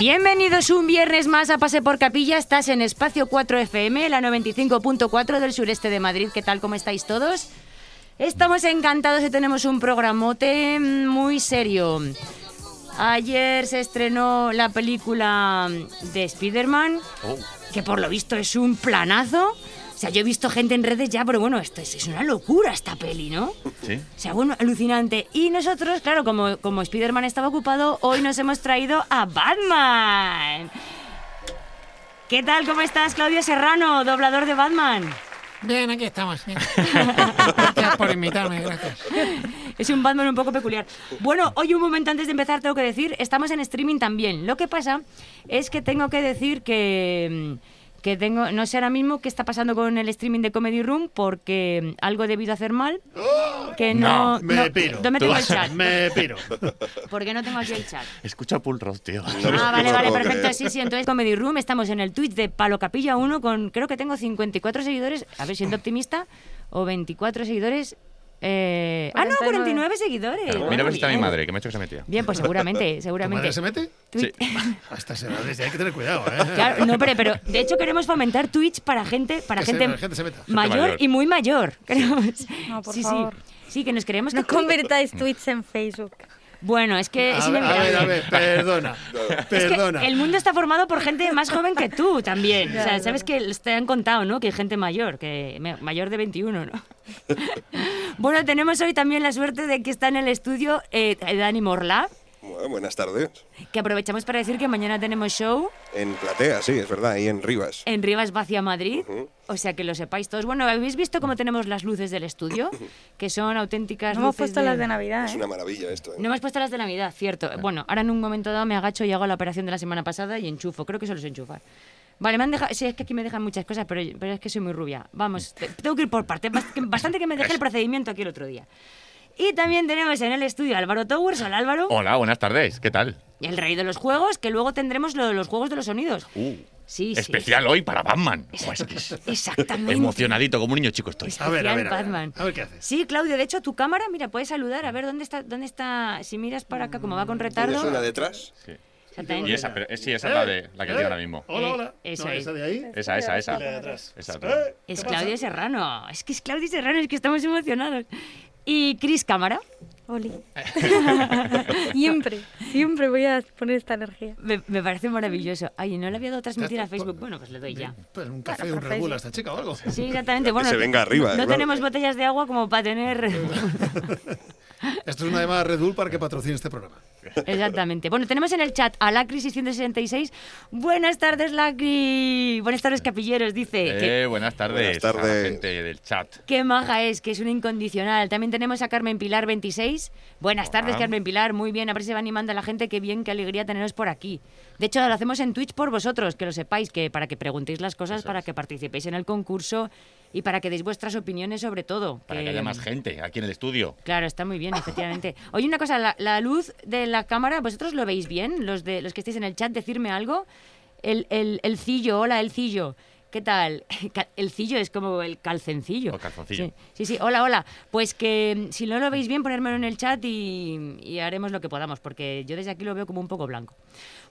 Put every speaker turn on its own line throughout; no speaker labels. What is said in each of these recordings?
Bienvenidos un viernes más a Pase por Capilla. Estás en Espacio 4 FM, la 95.4 del sureste de Madrid. ¿Qué tal? ¿Cómo estáis todos? Estamos encantados y tenemos un programote muy serio. Ayer se estrenó la película de Spider-Man,
Oh.
que por lo visto es un planazo. O sea, yo he visto gente en redes ya, pero bueno, esto es, es una locura esta peli, ¿no?
Sí.
O sea, bueno, alucinante. Y nosotros, claro, como, como Spider-Man estaba ocupado, hoy nos hemos traído a Batman. ¿Qué tal? ¿Cómo estás, Claudio Serrano, doblador de Batman?
Bien, aquí estamos. bien. Gracias por invitarme, gracias.
Es un Batman un poco peculiar. Bueno, hoy un momento antes de empezar tengo que decir, estamos en streaming también. Lo que pasa es que tengo que decir que mm, que tengo no sé ahora mismo qué está pasando con el streaming de Comedy Room porque mm, algo he debido hacer mal que no
¡Oh! me
no-
piro.
¿Dónde tengo el chat?
Me piro.
Porque no tengo aquí el chat.
Escucha Pulros, tío.
Ah, vale, vale,
no lo puedo
perfecto.
creer.
Sí, sí, entonces Comedy Room, estamos en el Twitch de Palo Capilla 1 con, creo que tengo 54 seguidores, a ver, siendo optimista, o 24 seguidores. eh, Ah, no, 49 seguidores.
Mira a ver si está mi
Bien.
madre, que me ha hecho que se metía.
Bien, pues seguramente,
¿Tu
seguramente.
madre se mete?
Twitch-
A estas edades ya hay que tener cuidado, ¿eh?
Claro, no, pero, pero de hecho queremos fomentar Twitch para gente, para
Que se-
gente,
la gente se meta. Gente
mayor,
mayor.
y muy mayor. Queremos.
No, por
sí,
favor.
sí. Sí, que nos queremos
No
que-
convirtáis tweets en Facebook.
Bueno, es que es
A ver, a
inevitable.
ver, a ver, perdona.
Es que
Perdona.
el mundo está formado por gente más joven que tú también. O sea,
Ya, ya.
sabes que te han contado, ¿no? Que hay gente mayor, que me- mayor de 21, ¿no? bueno, tenemos hoy también la suerte de que está en el estudio eh, Dani Morla,
Bueno, buenas tardes.
que aprovechamos para decir que mañana tenemos show
En Platea, sí, es verdad, y en Rivas.
en Rivas Vacia Madrid. O sea, que lo sepáis todos. Bueno, ¿habéis visto cómo tenemos las luces del estudio? Que son auténticas
No hemos
luces
puesto
de-
las de Navidad,
Es
¿eh?
una maravilla esto. ¿eh?
No hemos puesto las de Navidad, cierto. Bueno, ahora en un momento dado me agacho y hago la operación de la semana pasada y enchufo. Creo que solo es enchufar. Vale, me han dejado. Sí, es que aquí me dejan muchas cosas, pero, pero es que soy muy rubia. Vamos, te- tengo que ir por partes. Bast- que- Bastante que me dejé el procedimiento aquí el otro día. Y también tenemos en el estudio a Álvaro Towers, al Álvaro,
Hola, buenas tardes. ¿Qué tal?
el rey de los juegos, que luego tendremos lo de los juegos de los sonidos.
Uh,
Sí, sí.
especial hoy para Batman. Pues que es-
Exactamente.
emocionadito como un niño chico estoy.
A ver, a ver, a ver.
Batman.
A ver qué haces.
Sí, Claudio, de hecho, tu cámara, mira, puedes saludar. A ver, ¿dónde está? ¿Dónde está? Si miras para acá, como va con retardo.
¿Tienes una detrás?
Exactamente.
Y esa, pero- eh, sí, esa es la, de, la que
Eh,
tiene ahora mismo.
Hola,
Eh,
hola.
eso
no,
es.
esa de ahí.
Esa, esa, esa.
La de atrás.
Esa.
Eh, ¿qué
Es
pasa?
Claudio Serrano. Es que es Claudio Serrano, es que estamos emocionados. Y Cris Cámara.
Oli. siempre, siempre voy a poner esta energía.
Me, me parece maravilloso. Ay, no le había dado transmitir a
Está-
Facebook. Bueno, pues le doy ya.
Pues un café, un regula a esta chica o algo.
Sí, exactamente. Bueno,
se venga arriba,
No
claro.
tenemos botellas de agua como para tener.
Esto es una llamada a Red Bull para que patrocine este programa.
Exactamente. Bueno, tenemos en el chat a Lacri666. Buenas tardes, Lacri. Buenas tardes, capilleros, dice. que-
Eh, buenas tardes.
Buenas tardes.
a la gente del chat.
Qué maja es, que es una incondicional. También tenemos a Carmen Pilar 26. Buenas tardes, Carmen Pilar. Muy bien, a ver si va animando a la gente. Qué bien, qué alegría teneros por aquí. De hecho, lo hacemos en Twitch por vosotros, que lo sepáis, que para que preguntéis las cosas, para que participéis en el concurso y para que deis vuestras opiniones sobre todo.
Para que haya
Eh.
más gente aquí en el estudio.
Claro, está muy bien, efectivamente. Oye, una cosa, la, la luz de la cámara, ¿vosotros lo veis bien? Los, de, los que estáis en el chat, decirme algo. El, el, el cillo, hola, el cillo. ¿Qué tal? Ca- El cillo es como el calcencillo.
O calzoncillo.
Sí, sí, sí, hola, hola. Pues que mm, si no lo veis bien, ponérmelo en el chat y, y haremos lo que podamos, porque yo desde aquí lo veo como un poco blanco.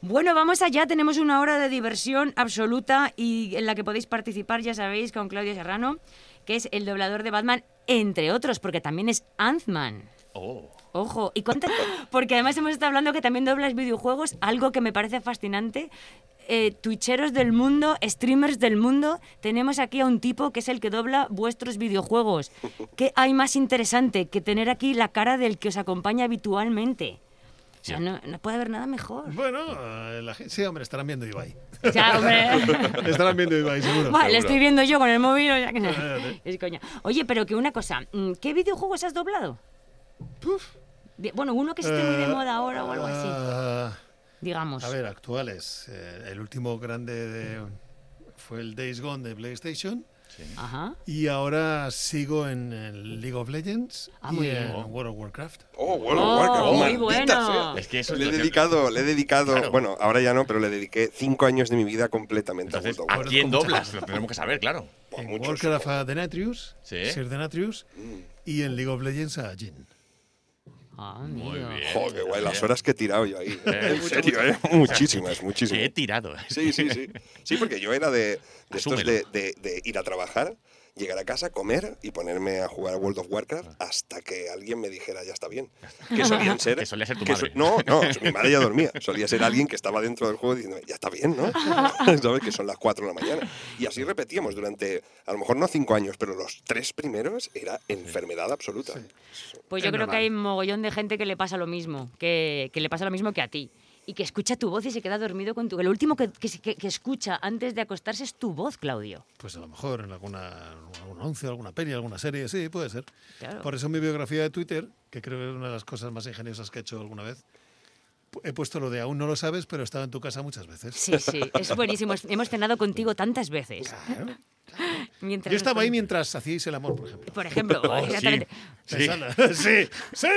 Bueno, vamos allá, tenemos una hora de diversión absoluta y en la que podéis participar, ya sabéis, con Claudio Serrano, que es el doblador de Batman, entre otros, porque también es Ant-Man.
Oh.
Ojo, y cuánta- porque además hemos estado hablando que también doblas videojuegos, algo que me parece fascinante. Eh, twitcheros del mundo, streamers del mundo, tenemos aquí a un tipo que es el que dobla vuestros videojuegos. ¿Qué hay más interesante que tener aquí la cara del que os acompaña habitualmente? O sea,
Ya.
no, no puede haber nada mejor.
Bueno, eh, la gente, sí, hombre, estarán viendo Ibai.
O sea, hombre.
Estarán viendo Ibai, seguro. Eh,
Vale, estoy viendo yo con el móvil. o sea que no. Es coña. Oye, pero que una cosa, mm, ¿qué videojuegos has doblado? De- Bueno, uno que esté muy de
Eh,
moda ahora o algo así,
ah,
digamos.
A ver, actuales. eh, el último grande de- fue el Days Gone de PlayStation.
Ajá.
Y ahora sigo en el League of Legends
Ah, muy
y
bien.
en World of Warcraft.
Oh, bueno,
Oh,
guarda,
muy
maldita
bueno.
sea.
Es que eso es
le he
lo que-
dedicado, le he dedicado,
Claro.
bueno, ahora ya no, pero le dediqué cinco años de mi vida completamente
Entonces, ah,
a
¿a
World of
quién
Con mucha
doblas? Lo tenemos que saber, claro.
Warcraft.
en
Muchos.
Warcraft a Denatrius,
Sí.
Sir Denatrius, y en League of Legends a Jin.
Ah,
Muy
amigo.
bien.
Jo, qué guay, las horas que he tirado yo ahí.
Eh,
En serio, ¿eh? Muchísimas,
Que he
muchísimas.
tirado.
Sí, sí, sí. Sí, porque yo era de, de estos de,
Asúmelo.
de- de ir a trabajar, llegar a casa, comer y ponerme a jugar a World of Warcraft hasta que alguien me dijera, ya está bien. Que solían ser...
Ah. Que solía ser tu
que so-
madre.
no, no, mi madre ya dormía. Solía ser alguien que estaba dentro del juego diciendo, ya está bien, ¿no? ¿Sabes? Que son las 4 de la mañana. Y así repetíamos durante, a lo mejor no 5 años, pero los tres primeros era enfermedad absoluta.
Pues yo
Es
creo que
normal.
hay mogollón de gente que le pasa lo mismo, que, que le pasa lo mismo que a ti. Y que escucha tu voz y se queda dormido con tu... El último que, que se- que- que escucha antes de acostarse es tu voz, Claudio.
Pues a lo mejor en alguna, algún anuncio, alguna peli, alguna serie, sí, puede ser.
Claro.
Por eso mi biografía de Twitter, que creo que es una de las cosas más ingeniosas que he hecho alguna vez, pu- he puesto lo de aún no lo sabes, pero estaba en tu casa muchas veces.
Sí, sí, es buenísimo. Es- Hemos cenado contigo tantas veces.
Claro.
Mientras
Yo estaba ahí mientras hacíais el amor, por ejemplo.
Por ejemplo,
Oh, sí.
exactamente.
Sí.
Pensando, sí, sí,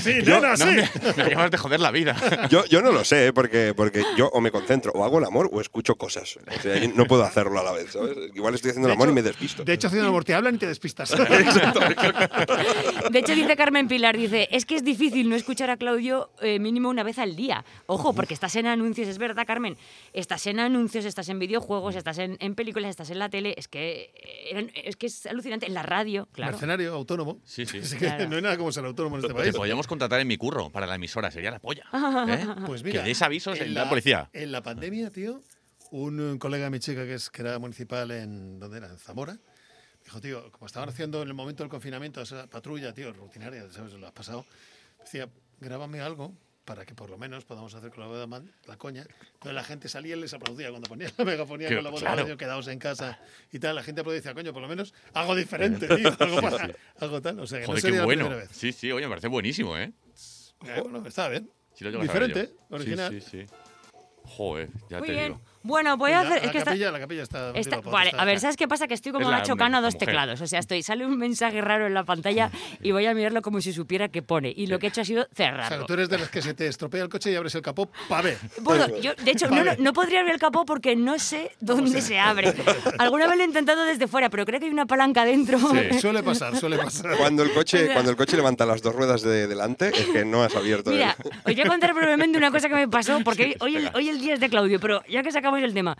sí,
Yo-
nena,
no,
sí.
me, me acabas de joder la vida.
Yo, yo no lo sé, ¿eh? porque, porque yo o me concentro, o hago el amor, o escucho cosas. O sea, yo no puedo hacerlo a la vez, ¿sabes? Igual estoy haciendo el
De
amor
hecho-
y me despisto.
De hecho, haciendo el amor te hablan y te despistas.
De hecho, dice Carmen Pilar, dice, es que es difícil no escuchar a Claudio eh, mínimo una vez al día. Ojo, porque estás en anuncios, es verdad, Carmen. Estás en anuncios, estás en videojuegos, estás en, en películas, estás en la tele. Es que, eh, es que es alucinante. En la radio, claro.
Mercenario autónomo.
Sí, sí.
Así que
Claro.
no hay nada como ser autónomo en este
Te
país.
podríamos contratar en mi curro para la emisora, sería la polla. ¿eh?
Pues mira,
que des avisos en la policía.
En la pandemia, tío, un, un colega de mi chica que, es, que era municipal en, ¿dónde era? En Zamora, dijo, tío, como estaban haciendo en el momento del confinamiento esa patrulla, tío, rutinaria, ¿sabes? Lo has pasado. Decía, grábame algo para que por lo menos podamos hacer con la boda man- la coña. Entonces la gente salía y les aplaudía cuando ponía la megafonía
Que-
con la voz de
claro.
radio, quedaos en casa y tal. La gente aplaudía y decía, coño, por lo menos algo diferente, tío, algo, para- algo tal. O sea, que no
Joder,
sería
qué
la
bueno.
primera vez.
Sí, sí, oye, me parece buenísimo, ¿eh?
Eh, bueno, está bien.
Sí, lo tengo que saber
diferente,
yo.
original.
Sí, sí, sí. Joder, ya
Muy
te
bien.
digo.
Bueno, voy a
La-
hacer... es
la
que está-
capilla, la capilla está.
Esta-
digo, pues
vale,
está-
a ver, ¿sabes qué pasa? Que estoy como
Es la
macho cana a
mujer,
dos
la mujer.
teclados. O sea, estoy, sale un mensaje raro en la pantalla y voy a mirarlo como si supiera que pone. Y lo que he hecho ha sido
O sea,
cerrarlo.
que tú eres de las que se te estropea el coche y abres el capó para ver.
Bueno, yo, de hecho, no,
Vale.
no podría abrir el capó porque no sé dónde se abre. Alguna vez lo he intentado desde fuera, pero creo que hay una palanca dentro.
Sí.
Suele pasar, suele pasar.
Cuando el coche,
Mira.
cuando el coche levanta las dos ruedas de delante, es que no has abierto. ¿eh? el-
Mira, os voy a contar brevemente una cosa que me pasó, porque hoy, el, hoy el día es de Claudio, pero ya que sacamos el tema.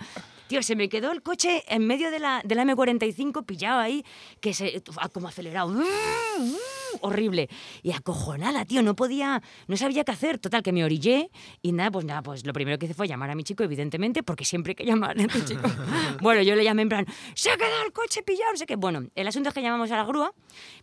Tío, se me quedó el coche en medio de la, de la M45 pillado ahí, que se, ah, como acelerado. Mm, Horrible. Y acojonada, tío, no podía, no sabía qué hacer. Total, que me orillé y nada, pues nada, pues lo primero que hice fue llamar a mi chico, evidentemente, porque siempre hay que llamar a tu chico. Bueno, yo le llamé en plan, se ha quedado el coche pillado, no sé qué. Bueno, el asunto es que llamamos a la grúa,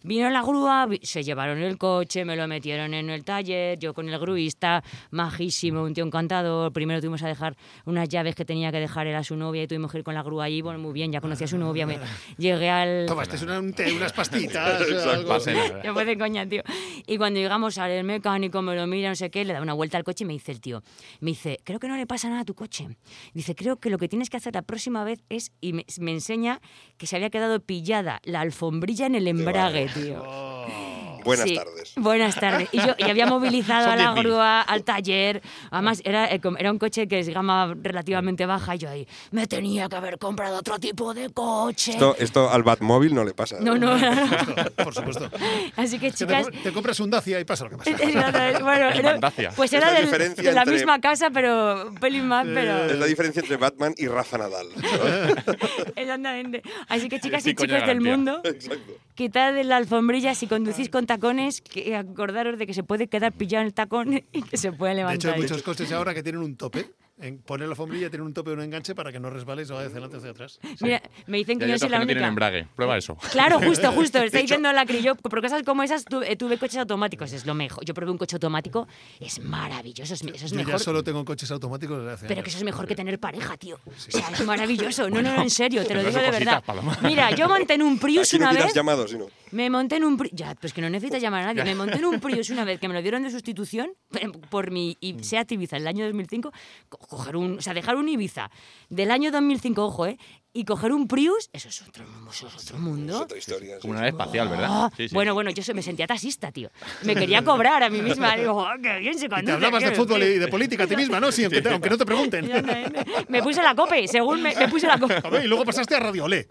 vino la grúa, vi- se llevaron el coche, me lo metieron en el taller, yo con el gruista, majísimo, un tío encantador. Primero tuvimos a dejar unas llaves que tenía que dejar, era su novia, y tuvimos que ir con la grúa ahí, bueno, muy bien, ya conocía a su novia. me- llegué al...
Toma, este es una- un té, unas pastitas. algo.
Pase nada.
Ya fue de coña, tío. Y cuando llegamos al mecánico, me lo mira, no sé qué, le da una vuelta al coche y me dice el tío, me dice, creo que no le pasa nada a tu coche. Dice, creo que lo que tienes que hacer la próxima vez es, y me, me enseña que se había quedado pillada la alfombrilla en el embrague, tío.
Oh,
Buenas
Sí,
tardes.
Buenas tardes. Y yo y había movilizado
Son
a la
10.000.
grúa, al taller. Además, era, eh, com- era un coche que es gama relativamente baja. Y yo ahí, me tenía que haber comprado otro tipo de coche.
Esto, esto al Batmóvil no le pasa. ¿eh?
No, no.
Por supuesto.
Así que,
Que te,
Eh, chicas,
co- te compras un Dacia y pasa lo que pasa.
Exactamente, bueno,
El
era-
Mandacia.
pues
Es
era
la
del-
diferencia
de la
entre-
misma casa, pero un pelín más,
Es
pero...
la diferencia entre Batman y Rafa Nadal. ¿sabes?
Exactamente. Así que chicas y
Cinco
chicos
años
del
garantía.
mundo,
Exacto.
quitad de la alfombrilla si conducís con tacones, que acordaros de que se puede quedar pillado en el tacón y que se puede
De hecho,
levantar.
hay muchos coches ahora que tienen un tope. En poner la alfombrilla tienen un tope, un enganche para que no resbales o vayas delante o hacia atrás.
Mira, me dicen que
Ya hay
yo
otros
soy
que
la
no tienen
única.
embrague. Prueba eso.
Claro, justo, justo. Está diciendo la crillo. Por cosas como esas tu- eh, tuve, coches automáticos. Es lo mejor. Yo probé un coche automático. Es maravilloso. Es, me- eso es
Yo
mejor.
ya solo tengo coches automáticos desde hace
Pero que
años.
eso es mejor que tener pareja, tío. O sea, es maravilloso. No, no, no, en serio, te lo
Bueno,
digo de
cositas,
verdad.
Paloma.
Mira, yo monté en un Prius
Aquí no
una
hubieras
vez.
llamado, sino.
Me monté en un Prius. Ya, pues que no necesitas llamar a nadie. Me monté en un Prius una vez que me lo dieron de sustitución eh, por mi I- Seat Ibiza el año 2005. co- Coger un, o sea, dejar un Ibiza del año 2005, ojo, ¿eh? y coger un Prius, eso es otro, eso es otro
Es
mundo.
otra historia. sí,
Como una
sí.
nave espacial, ¿verdad?
Ah,
Sí, sí.
Bueno, bueno, yo se- me sentía taxista, tío. Me quería cobrar a mí misma. Digo, "Oh, qué bien se
Y te
conduce,
hablabas de
qué
fútbol
bien".
y de política a ti misma, ¿no? Sí, aunque, te- aunque no te pregunten.
Ya me- me- Me puse la cope, según me, me puse la cope.
A ver, y luego pasaste a Radio Olé.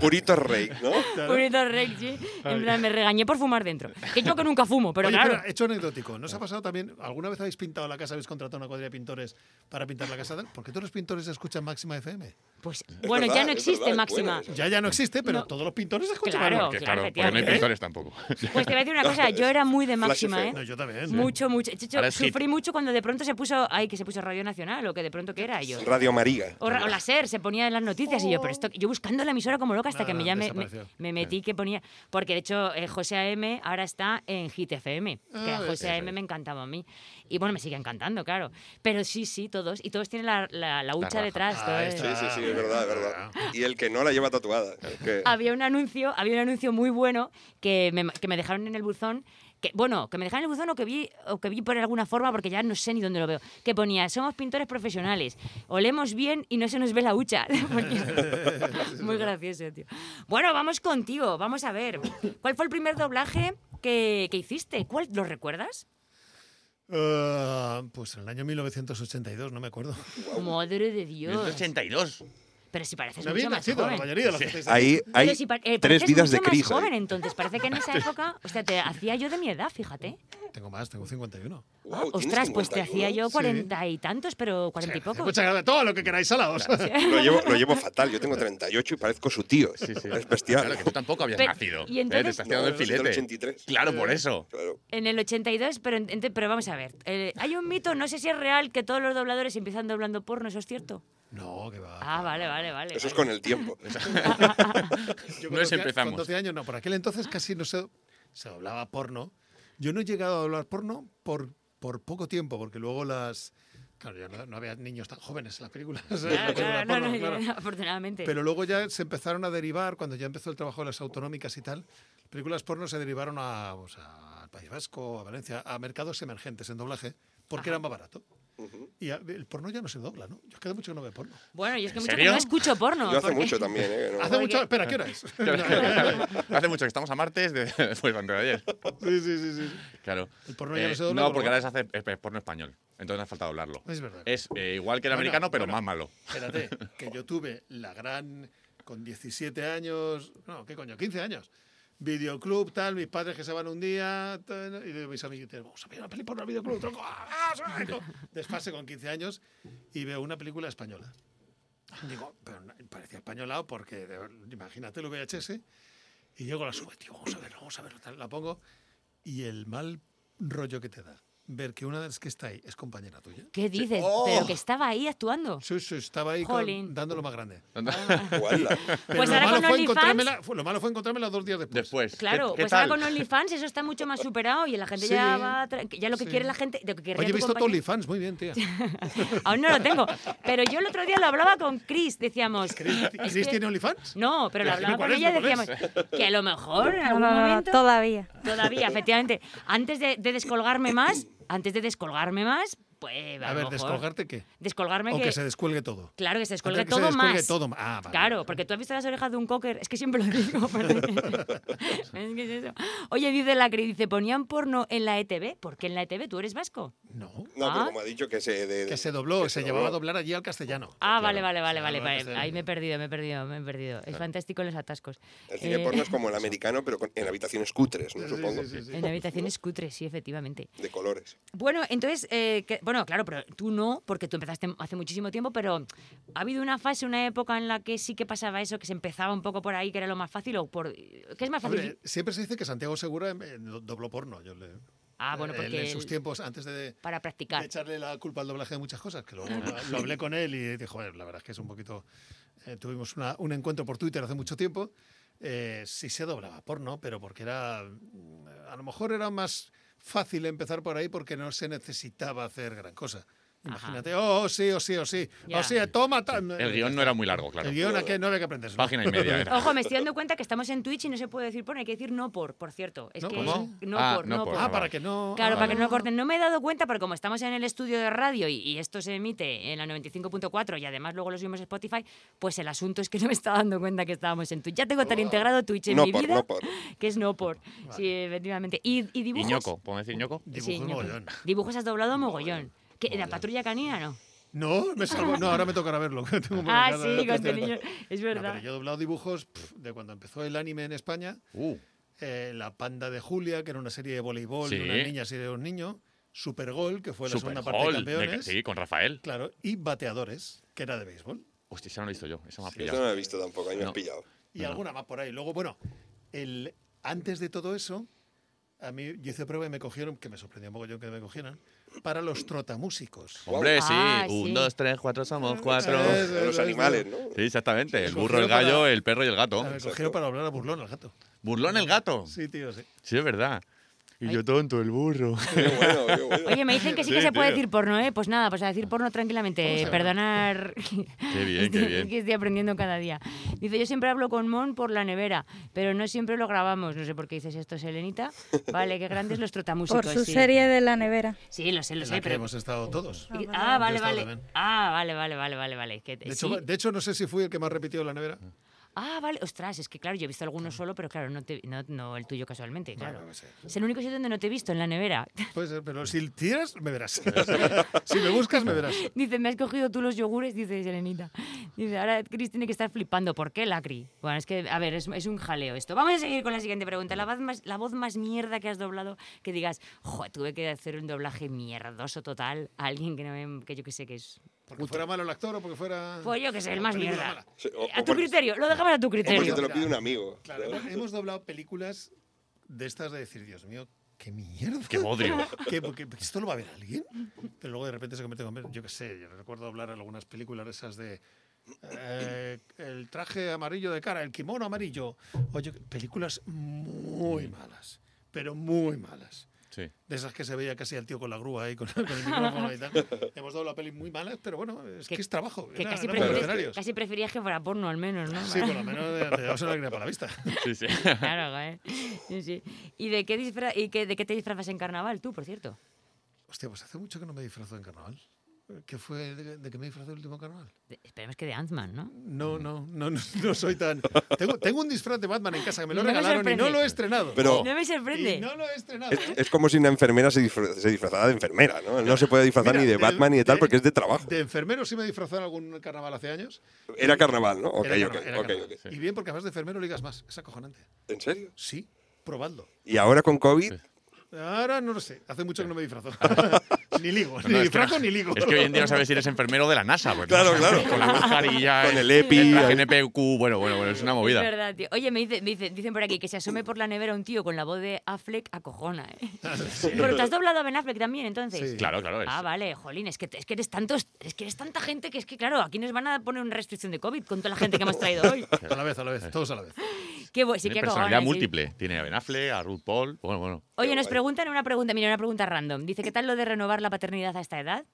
Purito rey, ¿no?
Bonito Rex, sí. En plan, me regañé por fumar dentro. Que yo que nunca fumo, pero
Oye, eh,
claro.
espera, hecho anecdótico. ¿No os ha pasado también? ¿Alguna vez habéis pintado la casa, habéis contratado una cuadrilla de pintores para pintar la casa? ¿Por qué todos los pintores escuchan Máxima FM?
Pues bueno, ya
verdad,
no
es
existe
verdad, es
Máxima.
buena
Ya ya no existe, pero
No.
todos los pintores escuchan
Claro.
algo.
Que,
claro,
claro, porque no hay
efectivamente.
pintores tampoco.
Pues te voy a decir una cosa, yo era muy de
Flash
Máxima,
FM.
No,
¿eh?
yo también.
Mucho, mucho. Yo- yo
Ahora es hit.
sufrí mucho cuando de pronto se puso, ay, que se puso Radio Nacional o que de pronto qué era yo.
Radio María.
O, ra- o la SER se ponía en las noticias y yo, pero esto, yo buscando la emisora como loca hasta
Nada,
que me, ya me, me,
desapareció.
me metí que ponía, porque de hecho eh, José AM ahora está en Hit FM, que a José AM me encantaba a mí. Y bueno, me sigue encantando, claro. Pero sí, sí, todos, y todos tienen la, la, la hucha
raja.
detrás.
Ah,
todo
esto
es-
Sí, sí, sí, es verdad, es verdad.
Ah.
Y el que no la lleva tatuada. es que-
había un anuncio, había un anuncio muy bueno que me, que me dejaron en el buzón. Que, bueno, que me dejaron en el buzón o que vi o que vi por alguna forma porque ya no sé ni dónde lo veo. Que ponía, somos pintores profesionales, olemos bien y no se nos ve la hucha. Ponía- muy gracioso, tío. Bueno, vamos contigo, vamos a ver. ¿Cuál fue el primer doblaje que, que hiciste? ¿Cuál lo recuerdas?
Ah, pues en el año 1982, no me acuerdo.
Madre de Dios.
82.
Pero si pareces
No
mucho
había
más
nacido la
joven.
mayoría de los que estáis aquí.
Ahí hay
Pero si pa- eh,
tres
pareces
vidas de
mucho más
Cris. ahí.
joven, entonces parece que en esa época, o sea, te hacía yo de mi edad, fíjate.
Tengo más, tengo 51.
Guau,
Ah,
¿tienes
ostras, pues te
51?
hacía yo cuarenta y tantos, pero cuarenta y poco.
Muchas gracias. Todo lo que queráis, salados.
Lo llevo, lo llevo fatal, yo tengo 38 y parezco su tío. Es bestial.
Claro, que tú tampoco habías
Pero,
nacido.
¿y
¿eh?
entonces?
Te estás quedando el
No, yo soy del
filete.
83.
Claro, por eso.
Claro.
En el 82, pero, en- ente- pero vamos a ver. eh, hay un mito, no sé si es real, que todos los dobladores empiezan doblando porno, ¿eso es cierto?
No, que va.
Ah, vale, vale, vale.
Eso es
vale.
con el tiempo.
Yo
No es
doce-
empezamos.
Con 12 años, no. Por aquel entonces casi no se, se hablaba porno. Yo no he llegado a hablar porno por, por poco tiempo, porque luego las. Claro, ya no, no había niños tan jóvenes en las películas.
Claro, claro, no,
Porno,
no,
claro.
no, afortunadamente.
Pero luego ya se empezaron a derivar, cuando ya empezó el trabajo de las autonómicas y tal, películas porno se derivaron a, o sea, al País Vasco, a Valencia, a mercados emergentes en doblaje, porque era más barato. Y a- el porno ya no se dobla, ¿no? Yo queda mucho que no veo porno.
bueno, yo es que
¿En
mucho que
serio?
no escucho porno.
Yo hace
porque-
mucho también, ¿eh? que no-
Hace mucho. Espera, ¿qué hora es?
Hace mucho que estamos a martes de, después de ayer.
sí, sí, sí, sí.
Claro. Eh,
El porno ya no se dobla,
No,
pero
porque
bueno.
ahora se hace eh, es, es porno español. Entonces no hace falta doblarlo.
Es verdad.
Es eh, igual que el
Bueno,
americano, pero
bueno. Pues,
más malo.
Espérate, que yo tuve la gran. con 17 años. No, ¿qué coño? 15 años. Videoclub, tal, mis padres que se van un día, tal, y digo, mis amigos, vamos a ver una película por el videoclub, tronco. ¡Ah, ah, tronco". Desfase con 15 años y veo una película española. Digo, pero no- parecía española porque, de ver- imagínate el VHS, y llego a la sube, tío, vamos a verlo, vamos a verlo, tal, la pongo, y el mal rollo que te da, ver que una de las que está ahí es compañera tuya.
¿Qué dices?
¡Oh!
Pero que estaba ahí actuando.
Sí, sí, estaba ahí con,
Jolín.
dándolo más grande.
Guala.
Pero
Pues
lo
ahora
malo
con
fue
OnlyFans-
encontrármela, fue- lo malo fue encontrármela dos días después.
Después.
Claro,
¿qué, qué
pues
tal?
ahora con OnlyFans eso está mucho más superado y la gente ya
Sí.
va... tra- Ya lo que
Sí.
quiere la gente... Lo que querría
Oye, he
tu
visto tu
compañero-
OnlyFans, muy bien, tía.
Aún no lo tengo. Pero yo el otro día lo hablaba con Chris, decíamos.
¿Chris,
es
Chris
que-
tiene OnlyFans?
No, pero lo
Pero
hablaba
¿cuál
con
es?
ella y
¿Cuál es?
decíamos que a lo mejor en
No,
algún
no, no,
momento.
todavía.
Todavía, efectivamente. Antes de, de descolgarme más, antes de descolgarme más, pues a,
A
lo
ver,
mejor-
¿descolgarte qué?
Descolgarme
O
que.
que se descuelgue todo.
Claro, que se descuelgue
Antes de que se
todo
descuelgue
más.
todo, ah, vale,
claro,
vale.
porque tú has visto las orejas de un cocker. Es que siempre lo digo. pero- Es que es eso. Oye, dice la que dice, ponían porno en la E ETV. ¿Por qué en la ETV? ¿Tú eres vasco?
No.
No, pero
Ah.
como ha dicho que se... de-
Que se dobló,
que
se, llevaba a doblar allí al castellano.
Ah, vale, vale, vale,
Sí,
vale.
bueno,
vale.
pues, eh,
Ahí me he perdido, me he perdido, me he perdido. Es fantástico los atascos.
El cine
Eh,
porno es como el americano, pero con- en habitaciones cutres, ¿no? Supongo.
En habitaciones cutres, sí, efectivamente.
De colores.
Bueno, entonces, eh, que- bueno, claro, pero tú no, porque tú empezaste hace muchísimo tiempo, pero ¿ha habido una fase, una época en la que sí que pasaba eso, que se empezaba un poco por ahí, que era lo más fácil? o por eh, ¿Qué es más fácil?
Hombre, siempre se dice que Santiago Segura eh, do- dobló porno. Yo le,
ah, bueno,
él
porque
en sus
el-
tiempos, antes de,
para
de
practicar.
echarle la culpa al doblaje de muchas cosas, que luego lo hablé con él y dijo, "Joder, la verdad es que es un poquito... eh, tuvimos una- un encuentro por Twitter hace mucho tiempo, eh, sí se doblaba porno, pero porque era... mm, A lo mejor era más fácil empezar por ahí porque no se necesitaba hacer gran cosa. Imagínate, oh, oh, sí, oh, sí, oh, sí.
Ya.
Oh, sí, toma. tal.
El guión no era muy largo, claro.
El guión aquí no había que aprenderse.
Página y media era.
Ojo, me estoy dando cuenta que estamos en Twitch y no se puede decir por, hay que decir no por, por cierto. Es
¿No?
que
¿Cómo?
no
Ah,
por,
no
no
por,
por.
Ah,
vale.
para que no.
Claro,
ah,
para que no lo corten. No me he dado cuenta, pero como estamos en el estudio de radio y, y esto se emite en la 95.4 y además luego lo subimos a Spotify, pues el asunto es que no me estaba dando cuenta que estábamos en Twitch. Ya tengo tan integrado Twitch en
No
mi
por,
vida
no por.
que es no por. Sí, efectivamente. ¿Y, y
Y
dibujos?
ñoco, ¿podemos decir ñoco?
Sí,
Dibujo el
ñoco.
mogollón.
Dibujos has doblado mogollón. ¿Qué, ¿La patrulla canina no?
No, me salvo. No, ahora me tocará verlo. que tengo
Ah,
marcado
sí,
el
con
contenido.
niño. Es
No,
verdad.
pero yo he doblado dibujos pf, de cuando empezó el anime en España.
Uh,
eh, la Panda de Julia, que era una serie de voleibol
Sí.
de una niña y de un niño. Supergol, que fue la
super
segunda parte de
Hall, de-
campeones.
Sí, con Rafael.
Claro, y Bateadores, que era de béisbol.
Hostia, esa no la he visto yo, esa me ha
Eso no
pillado.
lo he visto tampoco, ahí me
No.
has pillado.
Y
No, no.
alguna más por ahí. Luego, bueno, el, antes de todo eso, a mí yo hice prueba y me cogieron, que me sorprendió un yo que me cogieran, para los trotamúsicos.
Hombre, sí.
Ah, sí.
Un, dos, tres, cuatro, somos Oh, cuatro.
Eh,
De los animales, ¿no?
Sí, exactamente. El
Sí,
burro, el
cogieron
gallo,
para-
el perro y el gato.
Ah, me cogieron para hablar a burlón al gato.
Burlón el gato.
Sí, tío, sí.
Sí, es verdad. Y yo tonto, el burro.
Qué bueno, qué bueno.
Oye, me dicen que sí que
Sí,
se puede
tío.
decir porno, ¿eh? Pues nada, pues a decir porno tranquilamente. Perdonar.
Qué bien, qué
Estoy-
bien.
Que estoy aprendiendo cada día. Dice, yo siempre hablo con Mon por la nevera, pero no siempre lo grabamos. No sé por qué dices esto, Selenita. Vale, qué grandes los trotamúsicos.
Por su
Pues sí.
serie de la nevera.
Sí, lo sé, lo
En Pues la
sé,
que
pero...
hemos estado todos.
Ah, vale,
Yo he estado
vale.
también.
Ah, vale, vale, vale, vale, vale. Que-
De
sí.
hecho, de hecho, no sé si fui el que más repitió la nevera.
Mm.
Ah, vale. Ostras, es que claro, yo he visto algunos solo, pero claro, no, te- no, no el tuyo casualmente, claro.
no sé.
Es el único sitio donde no te he visto, en la nevera.
Puede ser, pero si tiras, me verás. si me buscas, me verás.
Dice, me has cogido tú los yogures, dice Selenita. Dice, ahora Chris tiene que estar flipando. ¿Por qué, Lacri? Bueno, es que, a ver, es, es un jaleo esto. Vamos a seguir con la siguiente pregunta. La voz más, la voz más mierda que has doblado, que digas, jo, tuve que hacer un doblaje mierdoso total a alguien que, no me- que yo que sé que es...
Porque fuera malo el actor o porque fuera.
Pues yo que sé, el más
película
mierda.
mala.
Sí, o-
A
o
tu
porque-
criterio, lo dejamos a tu
O porque
criterio.
Pues te lo pide un amigo.
Claro, hemos, hemos doblado películas de estas de decir, Dios mío, qué mierda.
Qué bodrio.
¿Qué, porque, ¿Esto lo va a ver alguien? Pero luego de repente se convierte en... Yo qué sé, yo recuerdo hablar en algunas películas esas de... eh, el traje amarillo de cara, el kimono amarillo. Oye, películas muy malas, pero muy malas.
Sí.
De esas que se veía casi al tío con la grúa ahí, con, con el micrófono y tal. Hemos dado la peli muy malas, pero bueno, es que,
Que-
es trabajo.
Que
era-
casi,
éramos
prefieres,
mercenarios.
casi preferías que fuera porno, al menos, ¿no?
Sí, por lo menos eh, te dabas una alegría para la vista.
Sí, sí.
Claro, joder. Sí, sí. ¿Y, de qué, disfra- y qué- de qué te disfrazas en carnaval tú, por cierto?
Hostia, pues hace mucho que no me disfrazo en carnaval. ¿Qué fue de, de que me disfrazé el último carnaval?
De- esperemos que de Ant-Man, ¿no?
Mm.
No, no, no, no, no soy tan. Tengo, tengo un disfraz de Batman en casa que me lo
No me
regalaron y no
sorprende.
lo he estrenado.
Pero
No me sorprende.
Y no lo he estrenado.
Es,
¿eh?
es como si una enfermera se, disfra- se disfrazara de enfermera, ¿no? No se puede disfrazar
Mira,
ni de
del-
Batman ni de tal
del-
porque es de trabajo.
De enfermero sí me disfrazaron algún carnaval hace años.
Era carnaval, ¿no? Ok,
Era
ok,
carnaval, era
ok,
carnaval.
ok.
Y bien, porque además de enfermero ligas más. Es acojonante.
¿En serio?
Sí, probadlo.
Y ahora con COVID,
Ahora no lo sé. Hace mucho que no me disfrazo. ni
No,
ligo, ni
no, es que-
disfrazo ni ligo.
Es que hoy en día no sabes si eres enfermero de la NASA. pues,
Claro,
¿no?
claro.
Con la mascarilla.
Con el EPI,
La
ahí.
GNPQ. Bueno, bueno, bueno, es una
Es
movida.
verdad, tío. Oye, me, dice- me dice- dicen por aquí que se asome por la nevera un tío con la voz de Affleck acojona, ¿eh? Pero te has doblado a Ben Affleck también, entonces.
Sí.
Claro, claro. es-
Ah, vale, jolín, es que, te- es que eres tantos, es que eres tanta gente que es que, claro, aquí nos van a poner una restricción de COVID con toda la gente que hemos traído hoy.
A la vez, a la
Eh.
vez. Todos a la vez.
Qué bu- sí,
tiene
qué
personalidad
acojones, sí.
múltiple. Tiene a Ben Affleck, a Ruth Paul. Bueno, bueno.
Oye, nos
guay.
preguntan una pregunta, mira, una pregunta random. Dice, ¿qué tal lo de renovar la paternidad a esta edad?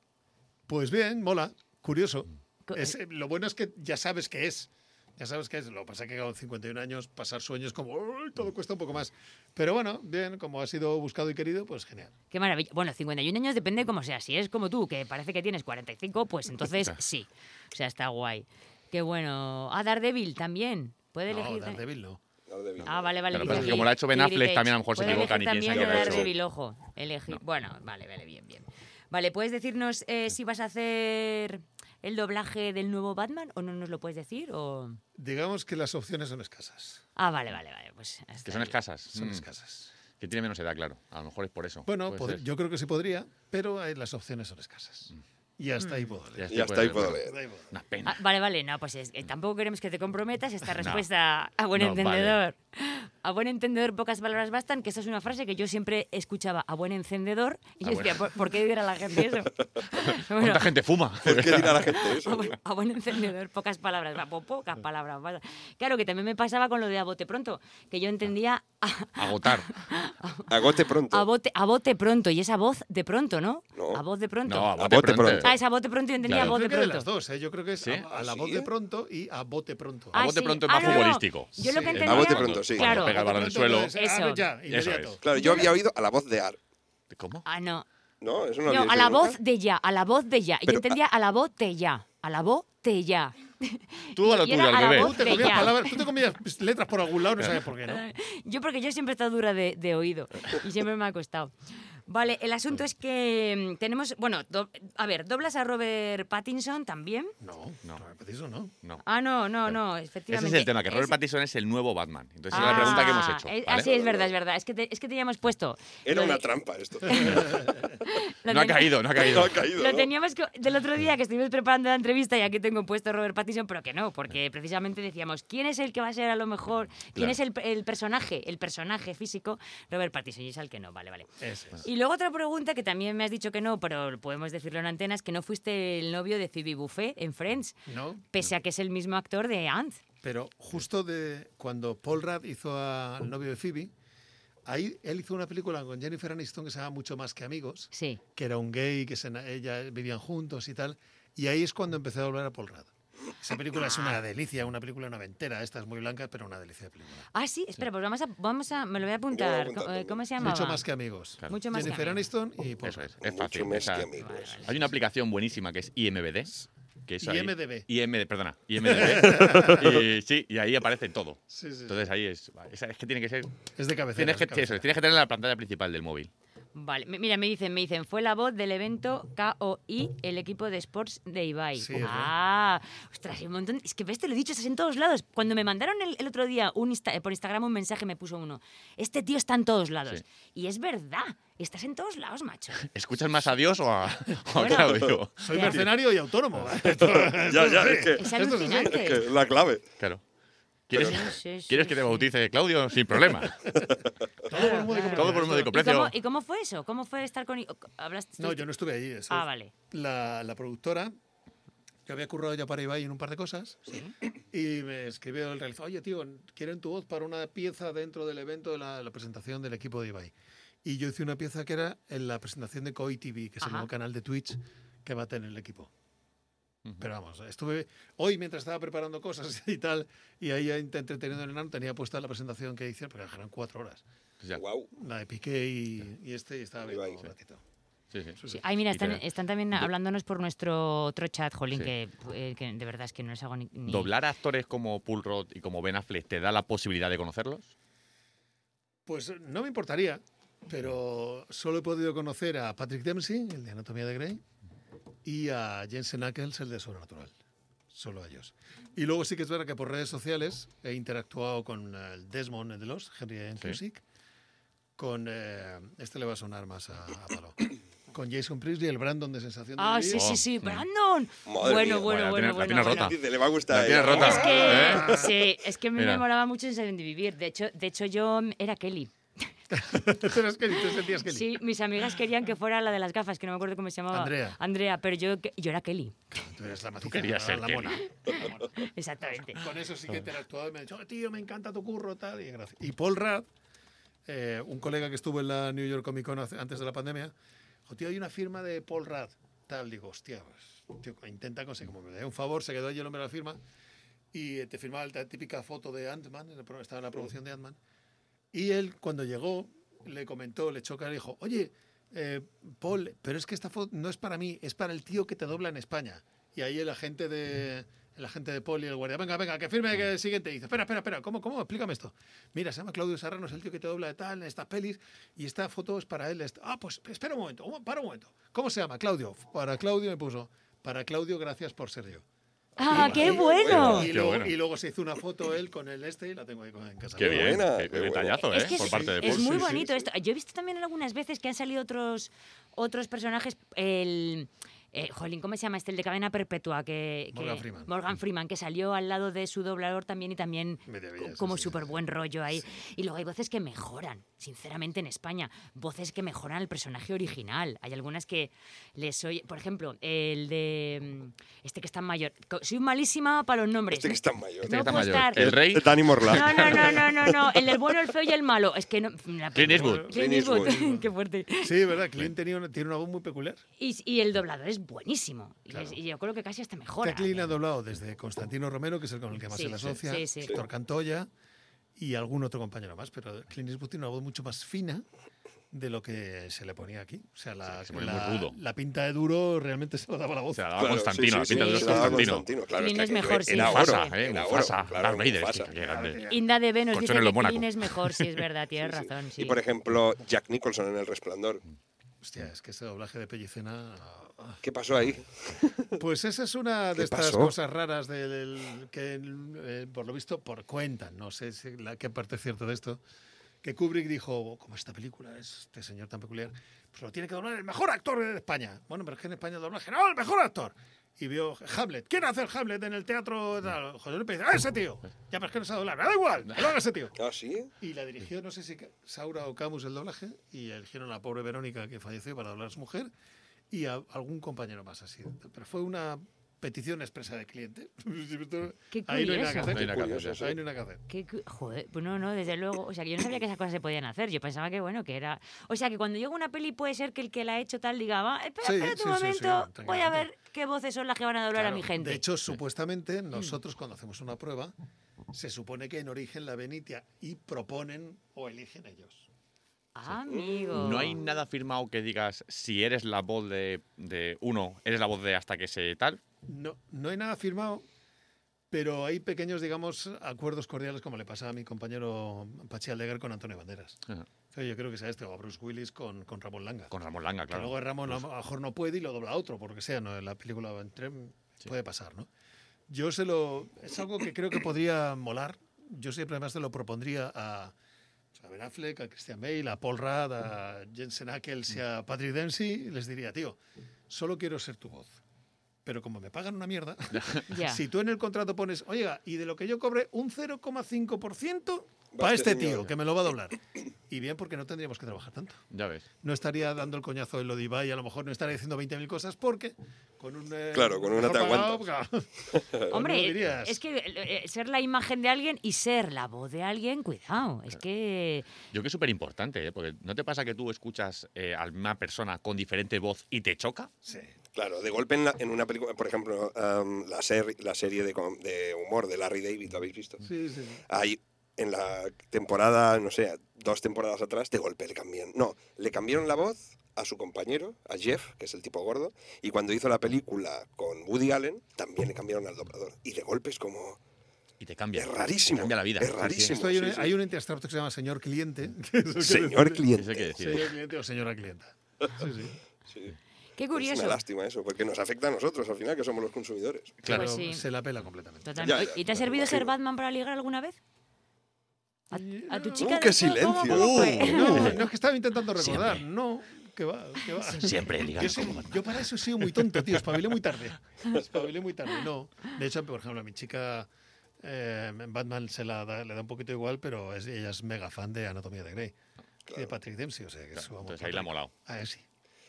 Pues bien, mola, curioso.
Co-
Es, eh, lo bueno es que ya sabes qué es. Ya sabes qué es. Lo que pasa es que con 51 años pasar sueños como "Uy, todo cuesta un poco más. Pero bueno, bien, como ha sido buscado y querido, pues genial.
Qué maravilla. Bueno, 51 años depende como sea. Si eres como tú, que parece que tienes 45, pues entonces sí. O sea, está guay. Qué bueno. Ah, Daredevil también. Puede
No,
elegir.
Daredevil no.
no debí.
Ah, vale, vale.
Lo
dice
que pasa es que
aquí,
como lo ha hecho Ben
Tigre
Affleck,
Cage.
también a lo mejor se
Puede
equivocan y
elegir
piensan
también
que
o
lo ha hecho.
Daredevil, ojo. Elegir. Bueno, vale, vale, bien, bien. Vale, ¿puedes decirnos eh, si vas a hacer el doblaje del nuevo Batman o no nos lo puedes decir? O...
Digamos que las opciones son escasas.
Ah, vale, vale, vale. Pues hasta
Que son
ahí.
escasas.
Son
Mm.
escasas.
Que tiene menos edad, claro. A lo mejor es por eso.
Bueno,
Puede
pod-
ser. Mm.
yo creo que sí podría, pero eh, las opciones son escasas. Y hasta ahí puedo leer.
Y hasta ahí puedo leer.
Hasta ahí puedo leer.
este Una pena.
Ah, vale, vale, no, pues es- eh, tampoco queremos que te comprometas esta respuesta a buen
No, vale.
entendedor. Vale. A buen entendedor, pocas palabras bastan, que esa es una frase que yo siempre escuchaba a buen encendedor. Y yo
Ah,
decía,
bueno.
¿por, por qué dirá la gente eso? Bueno,
¿Cuánta gente fuma?
¿Por qué dirá la gente
a
eso?
buen, a buen encendedor, pocas palabras, va, po-
Ah.
pocas palabras. basta. Claro, que también me pasaba con lo de a bote pronto, que yo
Ah.
entendía a,
Agotar.
Agote
a,
pronto.
bote, a bote pronto, y esa voz de pronto, ¿no?
No.
A voz de pronto.
No, a
bote
bote pronto.
pronto.
Ah, esa bote pronto yo entendía
Claro.
a bote
Creo que eran
pronto.
las dos, ¿eh? Yo creo que es
¿Sí?
a, a la
¿Sí?
voz de pronto y a bote pronto.
Ah, bote pronto es más futbolístico.
Yo lo
Sí.
que
A
entendía...
bote pronto, sí.
Claro.
Cuando pega el balón al suelo.
Entonces, ah,
Eso.
no, ya,
Eso
inmediato.
es.
Claro, yo había oído a la voz de Ar.
¿Cómo?
Ah, no.
No, eso no lo
No,
había
a la
oído
voz
nunca.
de ya, a la voz de ya.
Pero,
yo entendía
ah.
a la voz de ya, a la voz de ya.
Tú a la
Y era
tuya,
a la
al bebé.
voz
Tú te comías
Ya.
palabras, tú te comías letras por algún lado, no sabes por qué, ¿no?
Yo porque yo siempre he estado dura de, de oído y siempre me ha costado. Vale, el asunto es que mm, tenemos, bueno, do- a ver, doblas a Robert Pattinson también.
No, no, no, preciso, no.
No.
Ah, no, no, no,
Ese
efectivamente.
es el tema, que Robert
Ese-
Pattinson es el nuevo Batman. Entonces es
Ah,
la pregunta que hemos hecho.
es-
¿vale?
Así es verdad, es verdad. Es que, te, es que teníamos puesto.
Era
lo
una
de-
trampa esto.
lo
No ha
de-
caído, no ha
No
caído.
ha caído.
Lo
¿no?
teníamos que- del otro día que estuvimos preparando la entrevista y aquí tengo puesto Robert Pattinson, pero que no, porque precisamente decíamos, ¿quién es el que va a ser a lo mejor? ¿Quién
Claro.
es el, el personaje? El personaje físico, Robert Pattinson, y es al que no, vale, vale.
Ese es.
Y luego otra pregunta que también me has dicho que no, pero podemos decirlo en antenas, que no fuiste el novio de Phoebe Buffet en Friends,
No,
pese a que es el mismo actor de Ant.
pero justo de cuando Paul Rudd hizo a-
Uh.
al novio de Phoebe, ahí él hizo una película con Jennifer Aniston que se llama Mucho más que amigos,
Sí.
que era un gay, que se, ena- ella vivían juntos y tal, y ahí es cuando empecé a hablar a Paul Rudd. Esa película es
Ah.
una delicia, una película noventera, esta es muy blanca, pero una delicia de película.
Ah, sí, espera, pues vamos a, vamos a, me lo voy a
Yo voy a
apuntar.
apuntar
¿Cómo, eh,
también.
cómo se llama?
Mucho más que amigos.
Claro.
Mucho más que
Jennifer
amigos.
Aniston y Paul
Eso
Rudd.
es, es
Mucho
fácil.
más
esa-
que amigos.
Hay una aplicación buenísima que es IMBD. Que es ahí-
IMDb.
IM, perdona, IMDB. y, sí, y ahí aparece todo.
Sí, sí, sí.
Entonces ahí es. esa- Es que tiene que ser.
Es de cabecera.
Tienes
es
que,
de
eso es,
cabecera.
tienes que tener la pantalla principal del móvil.
Vale, mi- mira, me dicen, me dicen, fue la voz del evento KOI, el equipo de sports de Ibai.
Sí, es
ah, ostras, hay un montón. Es que ves, te lo he dicho, estás en todos lados. Cuando me mandaron el, el otro día un Insta- por Instagram un mensaje, me puso uno. Este tío está en todos lados.
Sí.
Y es verdad, estás en todos lados, macho.
¿Escuchas más a Dios o a, o a
Bueno.
Claudio?
Soy
Ya.
mercenario y autónomo.
Ya, ya, es que,
Es
Esto es así.
alucinante.
que es la clave.
Claro. ¿Quieres,
Pero- Sí, sí,
¿quieres que te
sí.
bautice Claudio? Sin problema.
Todo por
Claro.
un módico precio.
Todo por un módico
¿Y cómo,
precio.
y cómo fue eso? ¿Cómo fue estar con... i- o- ¿Hablaste?
No, yo no estuve allí. eso
Ah,
es.
vale.
La, la productora, yo había currado ya para Ibai en un par de cosas, y me escribió el realizador, oye, tío, quieren tu voz para una pieza dentro del evento de la, la presentación del equipo de Ibai. Y yo hice una pieza que era en la presentación de COI TV, que es el
Ajá.
nuevo canal de Twitch que va a tener el equipo. Pero vamos, estuve hoy mientras estaba preparando cosas y tal, y ahí ent- entreteniendo en el enano, tenía puesta la presentación que hice, porque eran cuatro horas.
Ya,
Guau.
La de Piqué y, y este, y estaba
Ibai,
viendo un
sí.
ratito.
sí, sí.
Sí, Ay, mira,
Y te-
están, están también hablándonos por nuestro otro chat, Jolín,
Sí.
que, eh, que de verdad es que no les hago ni... ni-
¿Doblar a actores como Pulrot y como Ben Affleck te da la posibilidad de conocerlos?
Pues no me importaría, pero solo he podido conocer a Patrick Dempsey, el de Anatomía de Grey, y a Jensen Ackles, el de Sobrenatural. Solo a ellos. Y luego sí que es verdad que por redes sociales he interactuado con eh, el Desmond de los, Henry Music, con... eh, este le va a sonar más a, a Palo. Con Jason Priestley, el Brandon de Sensación de
Ah,
Vivir.
sí, sí,
Oh,
sí,
mm.
Brandon.
Madre
bueno,
mía.
bueno,
Vaya,
bueno,
la
bueno.
tienes
bueno.
rota.
Dice, le va a
La
gustar.
tienes
¿eh?
rota.
Es que, sí, es que a mí me
Mira.
molaba mucho en Saben de Vivir. De hecho, de hecho, yo era Kelly.
Pero es que tú sentías que...
Sí, mis amigas querían que fuera la de las gafas, que no me acuerdo cómo se llamaba.
Andrea.
Andrea, pero yo, que- yo era Kelly.
Tú eres la maciza,
querías
la-
ser
la
Kelly.
mona.
Exactamente.
Con eso sí que he interactuado y me ha dicho, "Oh, tío, me encanta tu curro, tal, y gracias. Y Paul Rudd, eh, un colega que estuvo en la New York Comic Con hace- antes de la pandemia, dijo, tío, hay una firma de Paul Rudd, tal. Digo, hostia, pues, tío, intenta conseguir, como me dé un favor, se quedó allí el hombre de la firma y eh, te firmaba la típica foto de Ant-Man, en el pro- estaba en la producción de Ant-Man. Y él, cuando llegó, le comentó, le choca, le dijo, oye, eh, Paul, pero es que esta foto no es para mí, es para el tío que te dobla en España. Y ahí el agente de, el agente de Paul y el guardia, venga, venga, que firme que el siguiente. Y dice, espera, espera, espera, ¿cómo, cómo? Explícame esto. Mira, se llama Claudio Serrano, es el tío que te dobla de tal en estas pelis y esta foto es para él. Esta- Ah, pues espera un momento, un- para un momento. ¿Cómo se llama? Claudio. Para Claudio me puso, para Claudio, gracias por ser yo.
¡Ah, qué bueno!
Y
Oh. Qué
luego,
bueno.
y luego se hizo una foto él con el este y la tengo ahí con- en casa.
Qué bien,
buena,
qué,
qué
qué
buena.
detallazo, ¿eh?
Es que
por
es,
parte de
es
Paul.
muy
Sí, sí,
bonito
sí.
esto. Yo he visto también algunas veces que han salido otros, otros personajes. El, eh, jolín, ¿cómo se llama este? El de cadena perpetua. Que, que-
Morgan Freeman.
Morgan Freeman, que salió al lado de su doblador también y también
Media
co-
bella, sí,
como
sí,
súper
sí.
buen rollo ahí. Y luego hay voces que mejoran, sinceramente en España. Voces que mejoran el personaje original. Hay algunas que les oye. Por ejemplo, el de. mm, Este que está mayor. co- Soy malísima para los nombres.
Este que es tan mayor.
Este que
No
está
puedo
mayor.
estar.
El rey.
Dani Morla.
No, no, no, no, no, no. El del bueno, el feo y el malo. Es que no. la-
Clint Eastwood.
Clint
Clint
Eastwood.
Eastwood.
Qué fuerte.
Sí, ¿verdad? Clint tenía una- tiene una voz muy peculiar.
Y, y el doblador es buenísimo. Y
Claro.
es- Y yo creo que casi hasta mejor.
Jack Clint ha doblado desde Constantino Romero, que es el con el que más
Sí,
se le
sí,
asocia,
sí, sí.
Héctor Cantoya y algún otro compañero más, pero Clint Eastwood tiene una voz mucho más fina de lo que se le ponía aquí. O sea, la,
se pone
la-
muy rudo.
la pinta de duro realmente se lo daba la voz.
O sea, la daba
Claro,
Constantino,
sí, sí,
la pinta
sí,
de
se
los
la daba
Constantino.
Constantino, claro,
Clin
es
es
que
mejor,
aquí
sí.
Era oro,
Mufasa, eh,
era oro,
Mufasa,
claro,
Darth Vader, es que-
Mufasa.
qué grande.
Inda de Venus dice
Colchones
que
los Mónaco.
Clint es mejor, sí, es verdad, tienes razón. Sí.
Y por ejemplo, Jack Nicholson en El Resplandor.
Hostia, es que ese doblaje de pellicena... ah.
¿Qué pasó ahí?
Pues esa es una de
¿Qué
estas
pasó?
cosas raras del, que, eh, por lo visto, por cuenta, no sé si la, qué parte es cierta de esto, que Kubrick dijo, "Oh, como esta película es este señor tan peculiar, pues lo tiene que doblar el mejor actor de España. Bueno, pero es que en España el doblaje, no, el mejor actor. Y vio Hamlet. ¿Quién hace el Hamlet en el teatro? tal? José López dice, ¡ah, ese tío! Ya, pero es que no sabe doblar. Da igual, que lo haga ese tío.
Ah, sí.
Y la dirigió, no sé si Saura o Camus el doblaje, y eligieron a la pobre Verónica que falleció para doblar a su mujer y a algún compañero más así. Pero fue una petición expresa del cliente.
Qué
Ahí no hay nada que
curioso.
hacer.
No hay nada que hacer,
sí.
Ahí no hay nada que hacer.
Qué cu- joder, pues no, no, desde luego. O sea, que yo no sabía que esas cosas se podían hacer. Yo pensaba que, bueno, que era. O sea, que cuando llega una peli puede ser que el que la ha hecho tal diga, va, espera,
Sí,
espera
sí,
un
sí, sí,
momento, voy a ver
tranquilamente.
qué voces son las que van a doblar
Claro,
a mi gente. Mm.
De hecho, supuestamente, nosotros cuando hacemos una prueba, se supone que en origen la venitia y proponen o eligen ellos.
Ah, Amigo.
No hay nada firmado que digas si eres la voz de, de uno, eres la voz de hasta que se tal.
No, no hay nada firmado, pero hay pequeños, digamos, acuerdos cordiales, como le pasa a mi compañero Pachi Aldegar con Antonio Banderas.
Ajá.
Pero yo creo que sea este, o a Bruce Willis con, con Ramón Langa.
Con Ramón Langa,
Que luego
claro.
Ramón a lo mejor no puede y lo dobla otro, porque sea, ¿no? En la película va en tren, puede pasar, ¿no? Yo se lo. Es algo que creo que podría molar. Yo siempre además se lo propondría a, a Ben Affleck, a Christian Bale, a Paul Rudd, a Jensen Ackles y a Patrick Dempsey. y les diría, tío, solo quiero ser tu voz. Pero como me pagan una mierda,
Ya.
si tú en el contrato pones, oiga, y de lo que yo cobre un 0,5%
Va
para
este
este
señor".
tío que me lo va a doblar. Y bien, porque no tendríamos que trabajar tanto
Ya ves.
no estaría dando el coñazo de lo de Ibai, a lo mejor no estaría diciendo 20.000 cosas porque con un... eh,
Claro, con una
mejor
te
pagado, claro, no lo
Hombre,
dirías.
es que eh, ser la imagen de alguien y ser la voz de alguien, cuidado. Es que.
Yo creo que es súper importante, ¿eh? porque ¿no te pasa que tú escuchas eh, a la misma persona con diferente voz y te choca?
Sí.
Claro, de golpe en, la- en una película, por ejemplo, am, la, ser- la serie de, com- de humor de Larry David, ¿lo habéis visto?
Sí, sí, sí.
Ahí, en la temporada, no sé, dos temporadas atrás, de golpe le cambian. No, le cambiaron la voz a su compañero, a Jeff, que es el tipo gordo, y cuando hizo la película con Woody Allen, también le cambiaron al doblador. Y de golpe es como...
Y te cambia.
Es rarísimo,
Te cambia la vida.
es
Sí, sí.
rarísimo.
Esto hay, un,
Sí, sí.
hay un ente abstracto que se llama señor cliente. que es el que
Señor
decide-
cliente.
Eso hay que decir.
Señor cliente o señora clienta. Sí, sí.
Pues
Sí.
Qué
Es
curioso.
una lástima eso, porque nos afecta a nosotros al final, que somos los consumidores.
Claro.
Pues sí.
se la pela completamente.
Totalmente.
Ya, ya,
Oye, ¿Y te ha
me
servido ser
imagino. Uh,
Batman para ligar alguna vez? ¿A, a tu
Mm,
chica?
qué
de- ¿Cómo- cómo-
silencio.
cómo fue?
Uh,
No, no es que estaba intentando recordar, no. Que va, que va.
Siempre ligar
Yo, soy-
como Batman.
yo para eso he sido muy tonto, tío. Espabilé muy tarde. Espabilé muy tarde, no. De hecho, por ejemplo, a mi chica eh, en Batman se la da, le da un poquito igual, pero es- ella es mega fan de Anatomía de Grey. Y de Patrick Dempsey, o sea, que es su amor
Entonces ahí la ha
platónico.
molado.
Ah, sí.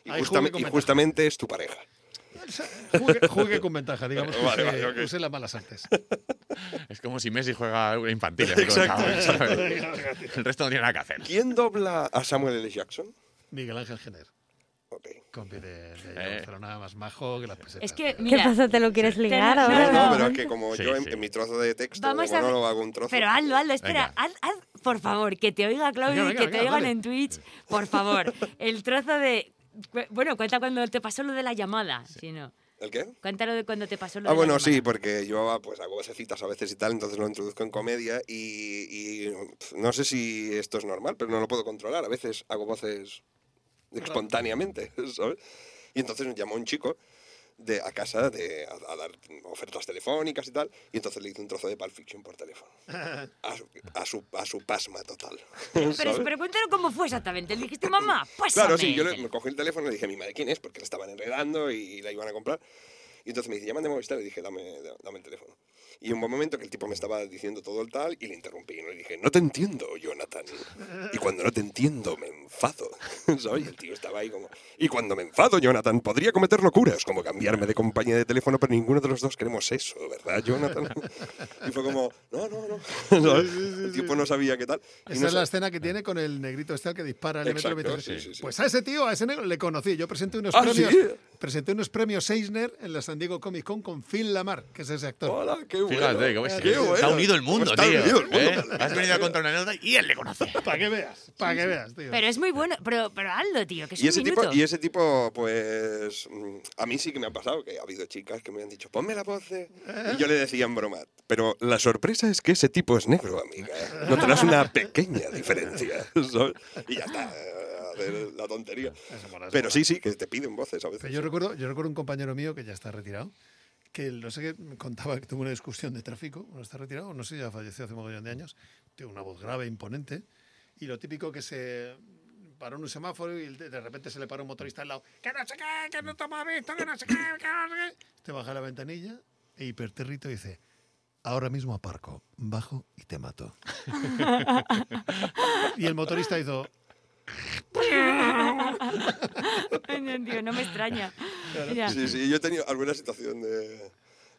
Y,
Ahí
justam-
jugué con
y
ventaja.
justamente es tu pareja.
Jugué, jugué con ventaja, digamos. que
Vale,
usé-
vale, ok.
usé las malas artes.
Es como si Messi juega infantil. así con el chaval, ¿sabes? El resto no tiene nada que hacer.
¿Quién dobla a Samuel L. Jackson?
Miguel Ángel Jenner,
Ok.
compi de, de
Eh.
Barcelona, más majo que las pesetas.
Es que,
¿Qué
mira,
pasa? ¿Te lo quieres ligar
No,
No,
ahora?
no, pero es que como
Sí,
yo en,
sí.
en mi trozo de texto
Ah, Vamos
o
a ver.
monólogo hago un trozo.
Pero hazlo, hazlo, espera,
Venga.
haz, haz, por favor, que te oiga Claudio
Venga,
y
venga,
que te
venga,
oigan
dale.
en Twitch, por favor. El trozo de. cu- Bueno, cuenta cuando te pasó lo de la llamada, si no.
¿El qué?
Cuéntalo de cuando te pasó lo
Ah,
de la
bueno,
llamada.
sí, porque yo ah, pues hago vocecitas a veces y tal, entonces lo introduzco en comedia y, y, pf, no sé si esto es normal, pero no lo puedo controlar. A veces hago voces espontáneamente, ¿sabes? Y entonces me llamó un chico de, a casa de, a, a dar ofertas telefónicas y tal, y entonces le hice un trozo de Pulp Fiction por teléfono. A su, a su, a su pasma total. ¿sabes?
Pero, pero cuéntanos cómo fue exactamente. Le dijiste, mamá, pues pásame.
Claro, sí, yo
el
le, me cogí el teléfono y le dije a mi madre quién es, porque la estaban enredando y la iban a comprar. Y entonces me dice, llaman de Movistar, y dije, dame, dame el teléfono. Y un buen momento que el tipo me estaba diciendo todo el tal y le interrumpí y le dije, no te entiendo, Jonathan. Y cuando no te entiendo, me enfado. ¿Sabes? Y el tío estaba ahí como, y cuando me enfado, Jonathan, podría cometer locuras, como cambiarme de compañía de teléfono, pero ninguno de los dos queremos eso, ¿verdad, Jonathan? Y fue como, no, no, no. ¿Sabes? El tipo no sabía qué tal. Y
Esa
no
es la
sa-
escena que tiene con el negrito este al que dispara el metro
Exacto,
23.
sí, sí, sí.
Pues a ese tío, a ese negro, le conocí. Yo presenté unos
¿Ah,
premios.
sí?
Presenté unos premios Eisner en la San Diego Comic Con con Phil Lamar, que es ese actor.
Hola, qué bueno.
Fíjate, cómo es-
Qué
está
bueno.
unido el
Cómo
mundo,
está
tío.
unido el mundo.
¿eh? Has venido a contar una anécdota y él le conoce.
Para que veas, para que veas, tío.
Pero es muy bueno. Pero, pero Aldo, tío, que es
Y ese,
un
tipo,
minuto.
y ese tipo, pues, mm, a mí sí que me ha pasado, que ha habido chicas que me han dicho, ponme la voz de... Y yo le decía en broma, pero la sorpresa es que ese tipo es negro, amiga. Notarás una pequeña diferencia. ¿sabes? Y ya está, a ver, la tontería.
mola, eso
Pero
mola.
sí, sí, que te piden voces a veces.
Pero yo recuerdo, yo recuerdo un compañero mío que ya está retirado, que no sé qué me contaba que tuvo una discusión de tráfico, no está retirado, no sé, ya falleció hace mogollón de años, tiene una voz grave, imponente, y lo típico que se paró en un semáforo y de de repente se le paró un motorista al lado, que no sé qué, que no toma visto, que no sé qué, que no sé qué. Te baja la ventanilla e hiperterrito dice, ahora mismo aparco, bajo y te mato. y el motorista hizo,
Ay, Dios, tío, no me extraña. Ya.
Sí, sí, yo he tenido alguna situación de...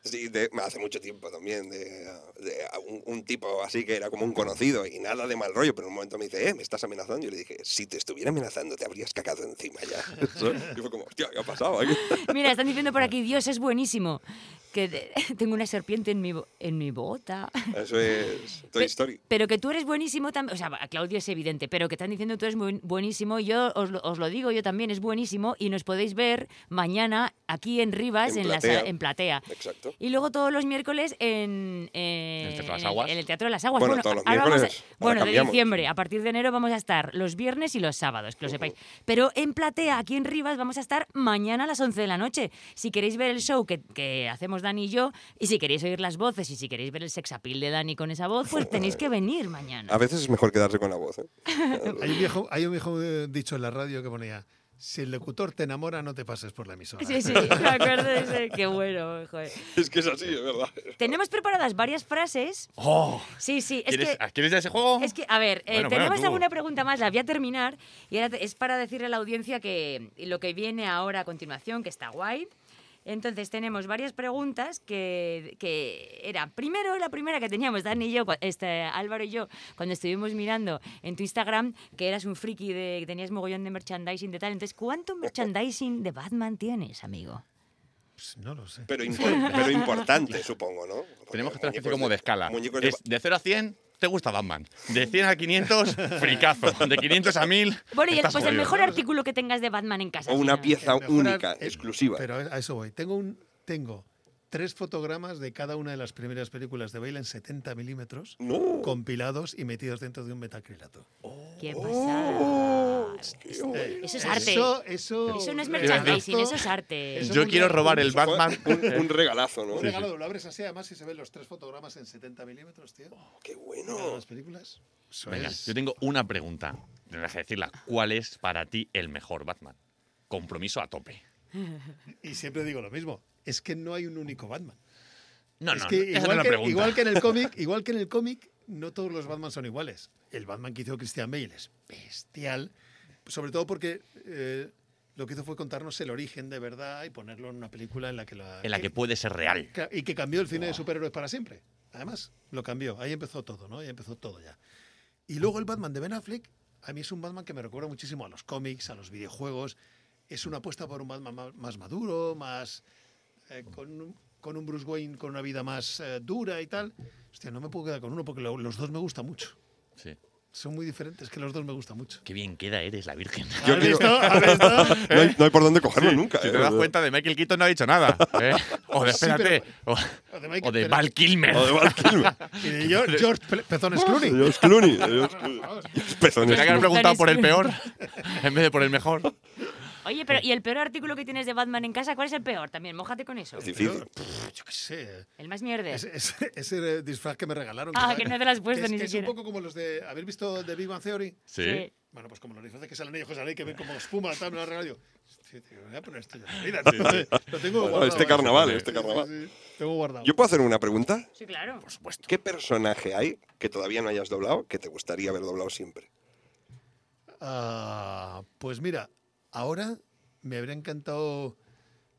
Sí, de- hace mucho tiempo también, de, de a un, un tipo así que era como un conocido y nada de mal rollo, pero en un momento me dice, eh, me estás amenazando. Y le dije, si te estuviera amenazando, te habrías cagado encima ya. y fue como, hostia, ¿qué ha pasado aquí?
Mira, están diciendo por aquí, Dios, es buenísimo. Que de- tengo una serpiente en mi, bo- en mi bota.
Eso es Toy
Pe-
Story.
Pero que tú eres buenísimo también. O sea, a Claudio es evidente, pero que están diciendo tú eres buen- buenísimo. y Yo os lo, os lo digo, yo también es buenísimo. Y nos podéis ver mañana aquí en Rivas,
En
en, la
Platea.
sala- en Platea.
Exacto.
Y luego todos los miércoles en, eh,
En el Teatro de
en
las
el-
Aguas.
en el Teatro de las Aguas.
Bueno, todos los
ahora vamos a-
miércoles, ahora
bueno, de
cambiamos.
diciembre. A partir de enero vamos a estar los viernes y los sábados, que lo sepáis. Pero en Platea, aquí en Rivas, vamos a estar mañana a las 11 de la noche. Si queréis ver el show que, que hacemos Dani y yo, y si queréis oír las voces, y si queréis ver el sexapil de Dani con esa voz, pues tenéis que venir mañana.
A veces es mejor quedarse con la voz. ¿eh?
Hay un viejo, hay un viejo eh, dicho en la radio que ponía, si el locutor te enamora, no te pases por la emisora.
Sí, sí, me acuerdo de ese. Qué bueno, joder.
Es que es así, es verdad.
Tenemos preparadas varias frases.
Oh.
Sí, sí, es
¿Quieres, ah,
que...
¿Quieres ya ese juego?
Es que, a ver, eh,
Bueno, bueno,
tenemos
tú.
alguna pregunta más, la voy a terminar. Y ahora te- es para decirle a la audiencia que lo que viene ahora a continuación, que está guay. Entonces tenemos varias preguntas que, que era primero la primera que teníamos Dani y yo, cua- este, Álvaro y yo, cuando estuvimos mirando en tu Instagram que eras un friki de que tenías mogollón de merchandising de tal. Entonces, ¿cuánto merchandising de Batman tienes, amigo?
Pues no lo sé.
Pero, impor- pero importante, supongo, ¿no? Porque
Tenemos que hacer una especie
muñecos
como de escala.
muñecos de-
Es de 0 a 100, te gusta Batman. De 100 a 500, fricazo. De 500 a 1000.
Bueno, y el,
estás
pues el
jodido.
mejor artículo que tengas de Batman en casa.
o
si
una
no.
pieza
Mejor
única,
ar- eh,
exclusiva.
Pero a eso voy. Tengo, un, tengo tres fotogramas de cada una de las primeras películas de Bale en 70 milímetros,
No.
compilados y metidos dentro de un metacrilato.
Qué pasada.
Eh,
Eso es arte.
Eso, eso,
Eso no es
Quiero decir-
merchandising, eso es arte.
Eso
Yo
es un
quiero
re-
robar el
Fue
Batman.
Un, un regalazo, ¿no?
Un regalo, lo abres así además y se ven los tres fotogramas en 70 milímetros, tío.
Qué
Cada una de
bueno.
las películas. Eso
Venga,
es-
yo tengo una pregunta. Tendrás que decirla. ¿Cuál es para ti el mejor Batman? Compromiso a tope.
Y siempre digo lo mismo. Es que no hay un único Batman.
No,
es
no,
que
esa no es
igual,
la
que,
pregunta.
igual que en el cómic, igual que en el cómic, no todos los Batman son iguales. El Batman que hizo Christian Bale es bestial, sobre todo porque eh, lo que hizo fue contarnos el origen de verdad y ponerlo en una película en la que la,
En la que puede ser real.
Ca- Y que cambió el cine de superhéroes para siempre. Además, lo cambió. Ahí empezó todo, ¿no? Ahí empezó todo ya. Y luego el Batman de Ben Affleck, a mí es un Batman que me recuerda muchísimo a los cómics, a los videojuegos. Es una apuesta por un Batman ma- más maduro, más. eh, con, un, con un Bruce Wayne con una vida más eh, dura y tal. Hostia, no me puedo quedar con uno porque lo- los dos me gustan mucho.
Sí.
Son muy diferentes, que los dos me gustan mucho.
Qué bien queda eres, la Virgen.
¿Has visto? ¿Has visto?
No hay, no hay por dónde cogerlo nunca.
Si
¿eh?
te das cuenta de Michael Keaton no ha dicho nada. ¿eh? O de
Sí,
espérate. o,
o de
o de
Michael- pero-
Val Kilmer.
O de Val Kilmer.
Y de George, George Pe- Pezones Clooney.
George eh, Clooney. George Clooney. Pezones
Tenía que haber
Clooney.
preguntado por el peor en vez de por el mejor.
Oye, pero ¿y el peor artículo que tienes de Batman en casa? ¿Cuál es el peor? También, mójate con eso.
Es difícil.
Pero, pff, yo qué sé.
El más mierder.
Ese, ese- ese, eh, disfraz que me regalaron.
Ah,
¿verdad?
que no te lo has puesto
es,
ni
que
siquiera.
Es un poco como los de. ¿Habéis visto The Big Bang Theory?
Sí.
Sí.
Bueno, pues como los disfraces que salen ellos, José Ley, que ven como espuma, tal, me lo regalo yo. Sí, tío, me voy a poner esto yo en la vida, tío. Lo
Bueno,
tengo guardado.
este
¿eh?
carnaval,
Sí,
este
sí,
carnaval.
sí, sí. Tengo guardado.
¿Yo puedo hacer una pregunta?
Sí, claro.
Por supuesto.
¿Qué personaje hay que todavía no hayas doblado que te gustaría haber doblado siempre?
Ah, pues mira, ahora me habría encantado,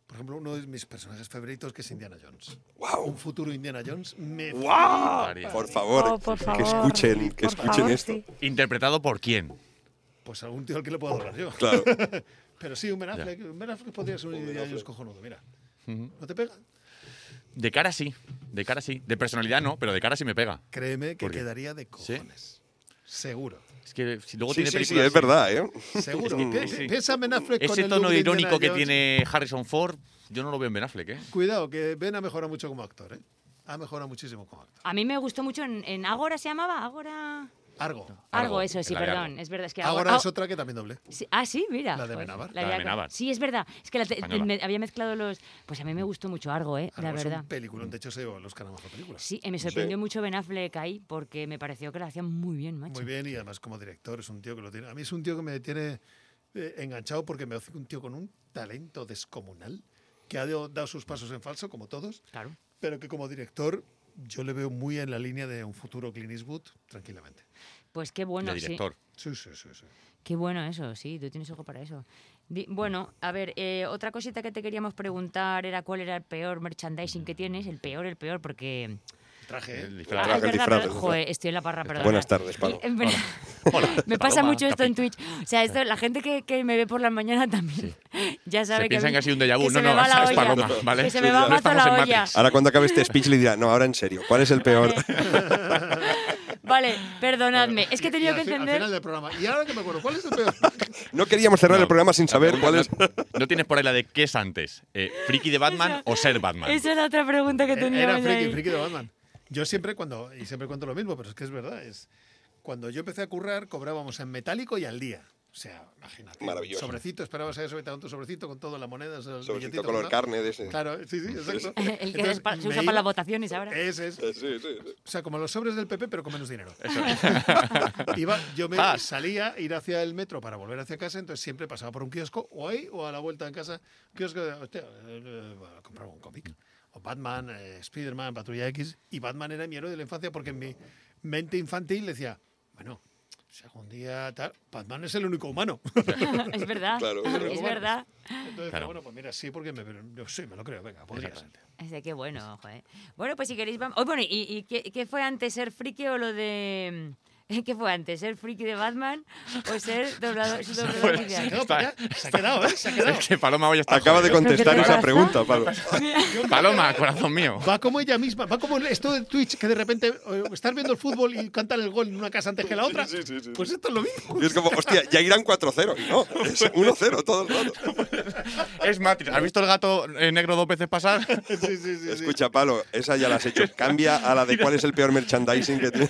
por ejemplo, uno de mis personajes favoritos que es Indiana Jones.
¡Wow!
Un futuro Indiana Jones me
Ah.
¡Wow! Por favor,
Oh, por favor.
que escuchen, que
Por
escuchen
favor,
esto.
sí.
¿Interpretado por quién?
Pues algún tío al que le puedo doblar yo.
Claro.
Pero sí, un Ben Affleck, un Ben Affleck podría ser un
Ben
Indiana Jones
Affleck.
cojonudo, mira. ¿No te pega?
De cara sí. De cara sí. De personalidad no, pero de cara sí me pega.
Créeme que
¿Por qué?
quedaría de cojones. Seguro.
Es que si luego
Sí,
tiene
sí, sí,
películas
es verdad, ¿eh?
Seguro.
Sí,
Pi-
sí.
pi- Piensa en Ben Affleck con
Ese
el
tono
look de Indiana
irónico que
Jones.
tiene Harrison Ford, yo no lo veo en Ben Affleck, ¿eh?
Cuidado, que Ben ha mejorado mucho como actor, ¿eh? Ha mejorado muchísimo como actor.
A mí me gustó mucho en, en Ágora, ¿se llamaba? Ágora.
Argo.
Algo,
Argo,
eso, sí,
la de
perdón.
Argo.
Es verdad, es que
Ahora
Ágora-
es otra que también doble.
Sí, ah, sí, mira.
La de
Joder,
Amenábar.
La de
Iaco-
Amenábar.
Sí, es verdad. Es que la te-
Española.
me había mezclado los. Pues a mí me gustó mucho Argo, ¿eh?
Argo
la
es
verdad.
un peliculón. De hecho, se llevó los canales de películas.
Sí, eh, me sorprendió mucho Ben Affleck ahí porque me pareció que lo hacían muy bien, macho.
Muy bien, y además como director es un tío que lo tiene. A mí es un tío que me tiene eh, enganchado porque me hace un tío con un talento descomunal que ha dado dado sus pasos en falso, como todos,
Claro.
pero que como director yo le veo muy en la línea de un futuro Clint Eastwood, tranquilamente.
Pues qué bueno,
de
sí.
director.
Sí, sí, sí. sí.
Qué bueno eso, sí, tú tienes ojo para eso. Di- Bueno, a ver, eh, otra cosita que te queríamos preguntar era cuál era el peor merchandising que tienes, el peor, el peor, porque...
El traje, ¿eh?
El
Ah,
disfraz.
traje,
es
el
verdad,
disfraz,
pero-
el
joder, estoy en la parra, perdón.
Buenas tardes, Pablo.
me pasa
Paloma,
mucho esto en
capitán.
Twitch. O sea, esto, la gente que, que me ve por la mañana también ya sabe
Se
que.
piensan
a mí-
que ha sido un déjà vu.
que
No,
se me
no,
va la
es
olla.
Paloma, ¿vale?
Que se
Sí,
me va
ya. No
mato
estamos
la
en
olla.
Matrix.
Ahora cuando acabe este speech le dirá, no, ahora en serio, ¿cuál es el peor?
Vale, perdonadme. Es que he
Y
tenido
al
que
fi- al
entender.
final del programa. Y ahora que me acuerdo, ¿cuál es el peor?
No queríamos cerrar el programa sin saber
La
cuál es.
pregunta No, no tienes por ahí la de qué es antes, eh, friki de Batman
Esa-
o ser Batman.
Esa es la otra pregunta que teníamos
Era friki,
ahí.
friki de Batman. Yo siempre cuando, y siempre cuento lo mismo, pero es que es verdad, es cuando yo empecé a currar cobrábamos en metálico y al día. O sea, imagínate.
Maravilloso.
Sobrecito, esperabas a eso, te daban tu sobrecito con todas las monedas, el
Sobrecito
billetito,
color
¿no?
carne de ese.
Claro, sí, sí, exacto.
El que
Entonces,
es pa- se
me
usa
iba-
para las votaciones ahora.
Ese es.
Sí, sí, sí.
O sea, como los sobres del PP, pero con menos dinero. Iba, yo me
Ah.
salía a ir hacia el metro para volver hacia casa, entonces siempre pasaba por un kiosco, o ahí, o a la vuelta en casa. Kiosco, de- hostia, eh, eh, bueno, compraba un cómic. O Batman, eh, Spiderman, Patrulla X. Y Batman era mi héroe de la infancia porque en mi mente infantil decía, bueno, si algún día tal, Batman es el único humano.
es verdad.
Claro.
Es verdad.
Entonces,
Claro.
bueno, pues mira, sí, porque me, yo sí, me lo creo, venga, podría ser.
Es de qué bueno, joder. Bueno, pues si queréis, vamos. Oh, bueno, ¿y, y qué, qué fue antes, ser friki o lo de. mm, ¿Qué fue antes, ser friki de Batman o ser doblador, su doblador
Se ha
oficial?
quedado, para allá, se ha quedado, ¿eh? Se ha quedado.
Es que Paloma hoy está.
Acaba de
jodida.
contestar
¿Qué te
esa
pasa?
pregunta, Pablo.
Paloma, corazón mío.
Va como ella misma, va como esto de Twitch, que de repente eh, estar viendo el fútbol y cantar el gol en una casa antes que la otra.
Sí, sí, sí, sí.
Pues esto es lo mismo.
Y es como, hostia, ya irán 4-0. Y no, es 1-0 todo el rato.
Es Matrix. ¿Has visto el gato eh, negro dos veces pasar?
Sí, sí, sí, sí.
Escucha, Palo, esa ya la has hecho. Cambia a la de cuál es el peor merchandising que tiene.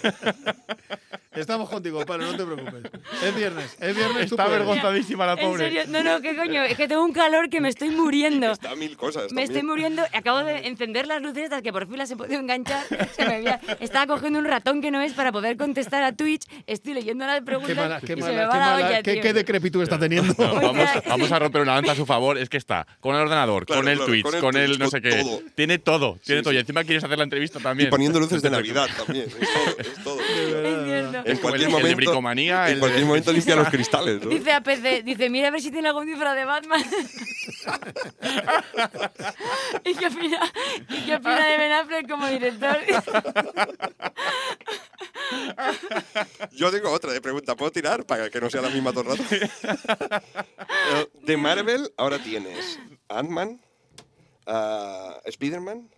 Estamos contigo, Pablo, no te preocupes. Es viernes, es viernes. tú
Está
puedes.
avergonzadísima la
En
pobre.
serio, no, no, qué coño, es que tengo un calor que me estoy muriendo.
Está mil cosas.
Me estoy
también.
muriendo, acabo de encender las luces estas que por fin las he podido enganchar. Se me había- Estaba cogiendo un ratón que no es para poder contestar a Twitch. Estoy leyendo las preguntas
Qué mala, qué
y
mala,
se
qué
me va la
mala-
olla,
qué,
tío.
qué decrepitud está teniendo.
No, vamos,
sea-
vamos a romper una lanza a su favor. Es que está con el ordenador,
Claro,
con el
claro,
Twitch,
con
con
el
el,
Twitch,
no
con
sé qué.
todo.
Tiene todo, tiene
Sí,
todo.
sí.
Y encima quieres hacer la entrevista
Y
también.
poniendo luces de Navidad también. Es todo, es todo.
Es cierto.
En cualquier
el de
momento.
bricomanía, el
en
de-
cualquier momento limpia los cristales. ¿no?
Dice APC, dice, mira a ver si tiene algún disfraz de Batman. ¿Y qué opina, y qué opina de Ben Affleck como director?
Yo tengo otra de pregunta. ¿Puedo tirar para que no sea la misma todo el rato? Eh, de Marvel, ahora tienes Ant-Man, ah, Spider-Man,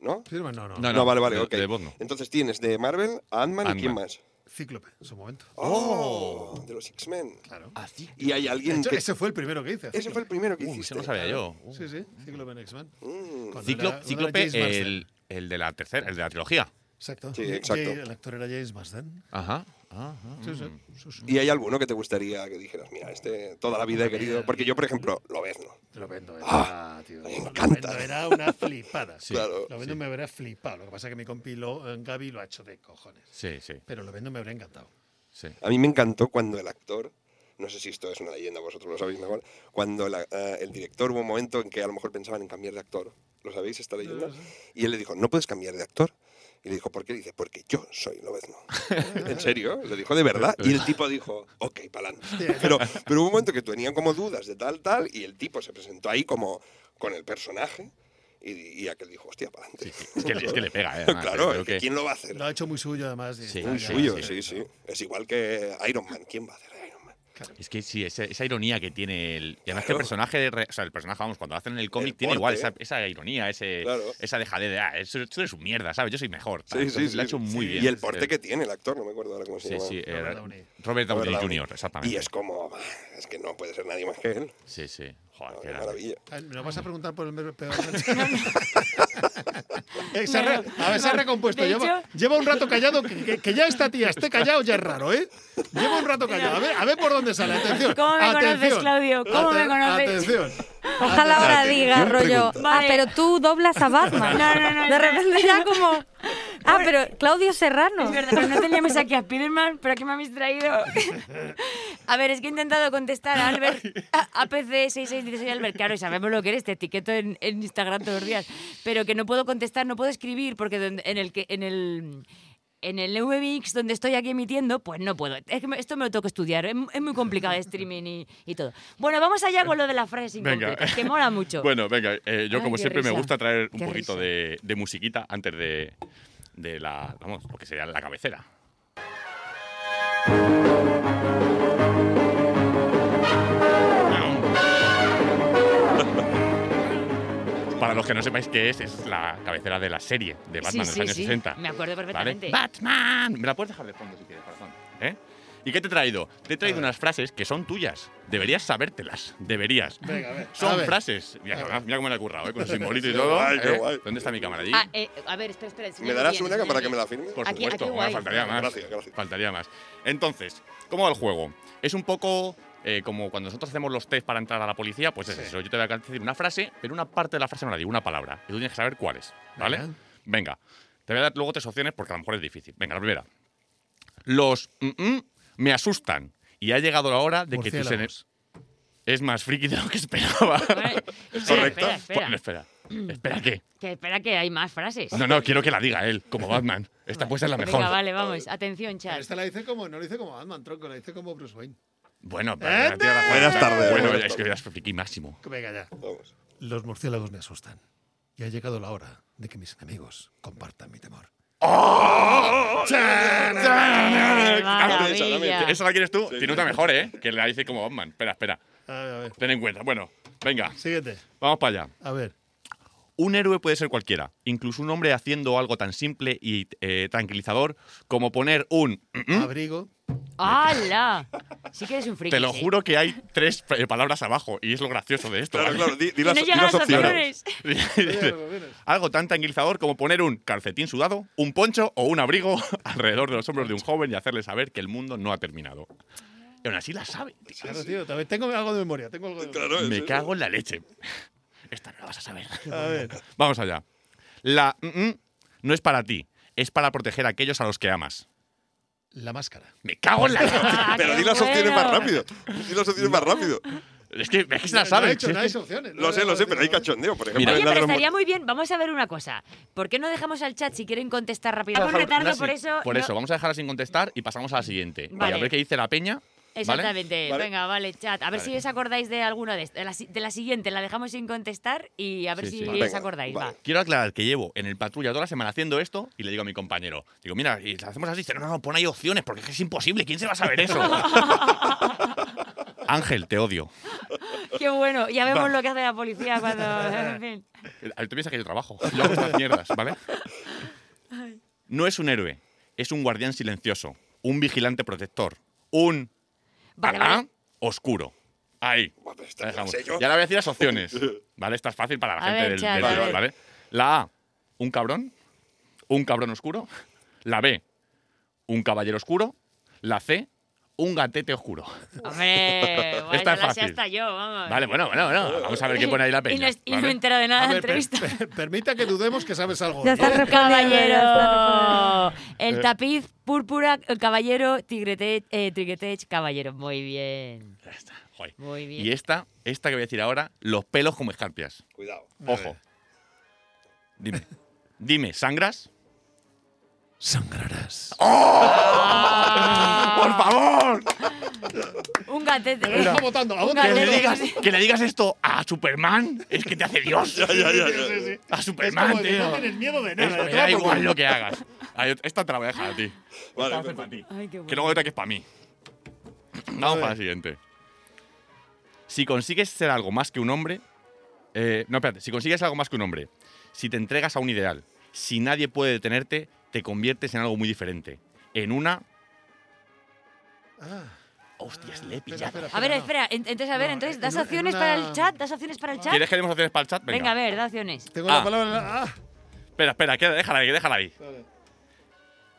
¿no?
Spiderman, no, no.
Ah, No,
vale, vale,
de-
ok.
de Bond no.
Entonces tienes de Marvel, Ant-Man y
Ant-Man.
quién más.
Cíclope, en su momento.
¡Oh! De los X-Men.
Claro.
Y hay
De
alguien
hecho,
que.
ese fue el primero que hice.
Ese fue el Mm. primero que
Uy,
hiciste.
eso no sabía yo.
Sí, sí, Cíclope en X-Men.
Ciclo-
Cuando era- cuando era
Cíclope,
James Marsden.
el, el de la tercera, el de la trilogía.
Exacto.
Sí,
Jay-
exacto.
el actor era James Marsden.
Ajá. ajá.
Sí, sí, sí, sí.
¿Y hay alguno que te gustaría que dijeras, mira, este toda la vida he querido? Porque yo, por ejemplo, lo ves, ¿no?
Lo vendo, era,
Ah,
tío.
me
Lo
encanta.
vendo, era una flipada.
Sí,
Claro,
Lo vendo me habría flipado. Lo que pasa es que mi compi lo, eh, Gaby lo ha hecho de cojones.
Sí, sí,
Pero lo vendo me habría encantado.
sí.
A mí me encantó cuando el actor, no sé si esto es una leyenda, vosotros lo sabéis mejor, cuando la- eh, el director hubo un momento en que a lo mejor pensaban en cambiar de actor, ¿lo sabéis esta leyenda? Y él le dijo, no puedes cambiar de actor. Y le dijo, ¿por qué? Dice, porque yo soy Lobezno. ¿En serio? Lo dijo de verdad. Y el tipo dijo, ok, palán. Pero, pero hubo un momento que tenían como dudas de tal, tal, y el tipo se presentó ahí como con el personaje, y, y aquel dijo, hostia,
Sí,
pa'lante.
sí. Es, que, le- es que le pega, ¿eh? Además,
claro,
creo
es que ¿quién lo va a hacer?
Lo ha hecho muy suyo, además. y
Sí,
está
Muy
ya- eh,
suyo,
sí,
sí, sí. Es igual que Iron Man. ¿Quién va a hacer de Iron Man?
es que sí, esa, esa ironía que tiene el. Y además que el
Claro.
personaje, de re- o sea, el personaje, vamos, cuando lo hacen en el cómic,
El
tiene igual
porte.
esa, esa ironía, ese,
Claro.
esa dejadez de, ah, eso- tú eres un mierda, ¿sabes? Yo soy mejor. tal. Entonces, lo ha hecho muy
Sí,
bien.
Y el porte
Eh,
que tiene el actor, no me acuerdo ahora cómo se
Sí,
llama.
sí, eh,
Robert Downey.
Robert
Robert
Downey
Downey.
Jr., exactamente.
Y es como, "Bah, es que no puede ser nadie más que él.
Sí, sí. Joder,
No,
qué
Ah, qué
grande.
maravilla.
Ay, eh, ¿Me lo vas a preguntar por el me- peor? Eh, se ha re- a ver, se ha
de
recompuesto. Lleva,
hecho-
lleva un rato callado. Que, que- que ya esta tía esté callado ya es raro, ¿eh? Lleva un rato callado. A ver, a ver por dónde sale. Atención.
¿Cómo me conoces,
atención.
Claudio? ¿Cómo me
Ate-
conoces?
Atención.
Ojalá ahora
Espérate,
diga,
yo
rollo.
pregunto.
Ah,
Vale.
pero tú doblas a Batman.
No, no, no,
De
no.
repente ya como. Ah, pero Claudio Serrano.
Es verdad, pero no teníamos aquí a Spiderman, pero aquí me habéis traído. A ver, es que he intentado contestar a Albert, a APC6616 Albert, claro, y sabemos lo que eres, te etiqueto en, en Instagram todos los días, pero que no puedo contestar, no puedo escribir, porque donde- en el que en el en el VMix donde estoy aquí emitiendo, pues no puedo. Es que me- esto me lo tengo que estudiar, es, es muy complicado el streaming y, y todo. Bueno, vamos allá con lo de las frases
Venga.
incompletas, que mola mucho.
Bueno, venga, eh, yo
Ay,
como
qué
siempre me
risa.
gusta traer un
Qué
poquito
risa.
de, de musiquita antes de, de la, vamos, lo que sería la cabecera. Para los que no sepáis qué es, es la cabecera de la serie de Batman
Sí,
de los
sí,
años
sí,
60.
me acuerdo
¿vale?
perfectamente.
¡Batman! Me la puedes dejar de fondo si quieres, corazón. ¿eh? ¿Y qué te he traído? Te he traído unas frases que son tuyas. Deberías sabértelas. Deberías.
Venga, a ver. A
Son
ver.
frases. Mira, mira cómo me la he currado, ¿eh? con el simbolito y
Sí,
todo.
guay, qué
¿eh?
guay.
¿Dónde está mi cámara allí?
Ah, eh, a ver, espera, espera.
¿Me
enséñame
darás
bien,
una para que me la
enséñame
firme?
Por
aquí-
supuesto,
aquí
hombre,
guay.
faltaría más.
Gracias, gracias.
Faltaría más. Entonces, ¿cómo va el juego? Es un poco eh, como cuando nosotros hacemos los test para entrar a la policía, pues es eso. Yo te voy a decir una frase, pero una parte de la frase no la digo, una palabra. Y tú tienes que saber cuál es, ¿vale?
Venga.
Venga. Te voy a dar luego tres opciones porque a lo mejor es difícil. Venga, la primera. Los mm, mm me asustan. Y ha llegado la hora de que tus
Murciélagos.
enemigos. Es más friki de lo que esperaba.
Vale, espera,
Correcto.
Espera, espera.
No, espera. ¿Espera qué?
Que espera que hay más frases.
Pues No, no, quiero que la diga él, como Batman. Esta puede ser la mejor.
Venga, vale, vamos. Atención,
Pero
chat.
Esta la dice como, no la dice como Batman, tronco, la dice como Bruce Wayne.
Bueno, pues,
¡Anda!
pero tienes razón.
Buenas tardes.
Bueno,
Buenas
es que
tardes.
eras friki máximo.
Venga ya.
Vamos.
Los murciélagos me asustan. Y ha llegado la hora de que mis enemigos compartan mi temor.
¡Qué
maravilla!
maravilla!
¿Eso la quieres tú? Tiene otra mejor, ¿eh? Que la dice como Batman. Espera, espera.
A ver, a ver.
Ten en cuenta. Bueno, venga,
Siguiente.
vamos para allá.
A ver.
Un héroe puede ser cualquiera, incluso un hombre haciendo algo tan simple y eh, tranquilizador como poner un...
Abrigo.
¡Hala! Sí que eres un friki.
Te lo
sí.
juro que hay tres eh, palabras abajo y es lo gracioso de esto.
Claro,
¿vale?
claro, di, di
Y
las,
no
di
llegan
las
las
opciones.
opciones.
Algo tan tranquilizador como poner un calcetín sudado, un poncho o un abrigo alrededor de los hombros de un joven y hacerle saber que el mundo no ha terminado. Y aún así la sabe.
Claro, tío, también tengo algo de memoria. Tengo algo de memoria.
Claro,
Me
eso.
cago en la leche. Esta no la vas a saber.
A ver.
Vamos allá. La mm, mm, no es para ti, es para proteger a aquellos a los que amas.
La máscara.
Me cago en la leche.
Ah,
Pero
qué
di las opciones más
bueno.
rápido. Di las opciones más rápido.
Es que, es que se
No,
la sabe.
No, he hecho,
Si es
no
que-
hay opciones.
Lo sé, lo sé, pero hay cachondeo. Por ejemplo,
Mira.
Oye,
el
pero
ladrón-
estaría muy bien. Vamos a ver una cosa. ¿Por qué no dejamos al chat si quieren contestar rápido? Vamos
Vamos a dejar-
retardo,
Nasi,
por eso.
Por
no-
eso, vamos a dejarla sin contestar y pasamos a la siguiente. Y
Vale.
a ver qué dice la peña. ¿vale?
Exactamente.
Vale.
Venga, vale, chat. A ver
Vale.
si os acordáis de alguna de estas. De la, si- de la siguiente, la dejamos sin contestar y a ver
Sí,
si
sí.
os
Venga,
acordáis. Va.
vale.
Quiero aclarar que llevo en el patrulla toda la semana haciendo esto y le digo a mi compañero, digo, mira, y la hacemos así, dice, no, no, no, pon ahí opciones porque es imposible, ¿quién se va a saber eso? Ángel, te odio.
Qué bueno. Ya vemos
Va.
lo que hace la policía cuando. En fin.
A ver, Tú piensas que yo trabajo, yo hago estas mierdas, ¿vale? No es un héroe, es un guardián silencioso, un vigilante protector, un
Vale,
ah,
vale.
oscuro. Ahí.
Buah, pero esta
La
me la
dejamos.
sé yo.
Y ahora voy a decir las opciones. ¿Vale? Esta es fácil para la
A
gente
ver,
del,
Chad,
del
a
debate,
ver.
¿vale? La A, un cabrón. un cabrón oscuro. La B, un caballero oscuro. La C, un gatete oscuro.
Hombre, guay, ya
Esta
la
es
sé
fácil.
hasta yo, vamos.
Vale, bueno, bueno, bueno. Vamos a ver qué pone ahí la
Y no,
peña.
es- y no me he
¿vale?
enterado de nada de
A
la
ver, per-
Ah, entrevista.
per- permita que dudemos que sabes algo.
Ya
¿no?
está
El
respondiendo, ya está
caballero.
Eh.
El tapiz púrpura, el caballero, tigretech, eh, triguetech, caballero. Muy bien.
Ya está, joder.
Muy bien.
Y esta, esta que voy a decir ahora, los pelos como escarpias.
Cuidado.
Ojo. Dime. Dime, ¿sangras?
Sangrarás.
Ah.
¡Por favor!
Un gatete.
Está votando. ¿A
Que
Vale,
le,
vale,
digas,
vale.
que le digas esto a Superman es que te hace Dios. A
Es
Superman,
como de que no
tío.
tienes miedo de
Es-
nada. ¿eh?
me
te
da
va por
igual
culo.
lo que hagas. Ay, Esta te la voy a dejar a ti.
Vale,
Esta es para ti.
Ay, qué bueno.
Que luego hay otra que es para mí. Vamos para la siguiente. Si consigues ser algo más que un hombre. eh, no, espérate. Si consigues algo más que un hombre, si te entregas a un ideal, si nadie puede detenerte, te conviertes en algo muy diferente. En una.
Ah,
Hostias, le he
espera,
pillado.
espera,
A ver,
no.
espera. ent- Entonces, a ver,
No,
entonces,
en
¿das
un- en
opciones para el
una-
chat? ¿Das opciones para el chat?
¿Quieres que demos opciones para el chat?
Venga.
Venga.
a ver, da opciones.
Tengo
Ah.
la palabra. en la- ah.
Espera, espera, queda- déjala ahí, déjala ahí.
Vale.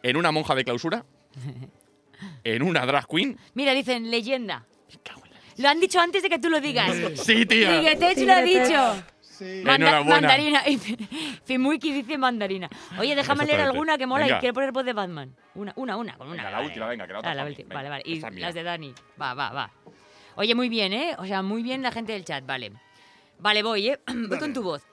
En una monja de clausura. En una drag queen.
Mira, dicen leyenda.
Me cago en la leche.
Lo han dicho antes de que tú lo digas.
Sí, tía.
Triguetech lo ha
Triguetech.
dicho.
Sí.
Eh,
Manda-
Enhorabuena.
mandarina. Y Fimuiki dice mandarina. Oye, déjame leer
Exactamente.
alguna que mola
Venga.
y quiero poner voz de Batman. Una, una, una, con una.
Venga, la
vale.
última, venga, que la otra
Ah, la
para mí.
última.
Venga,
Vale, vale. Y
esta es mía.
las de Dani. Va, va, va. Oye, muy bien, ¿eh? O sea, muy bien la gente del chat, vale. Vale, voy, ¿eh? Voy con tu voz.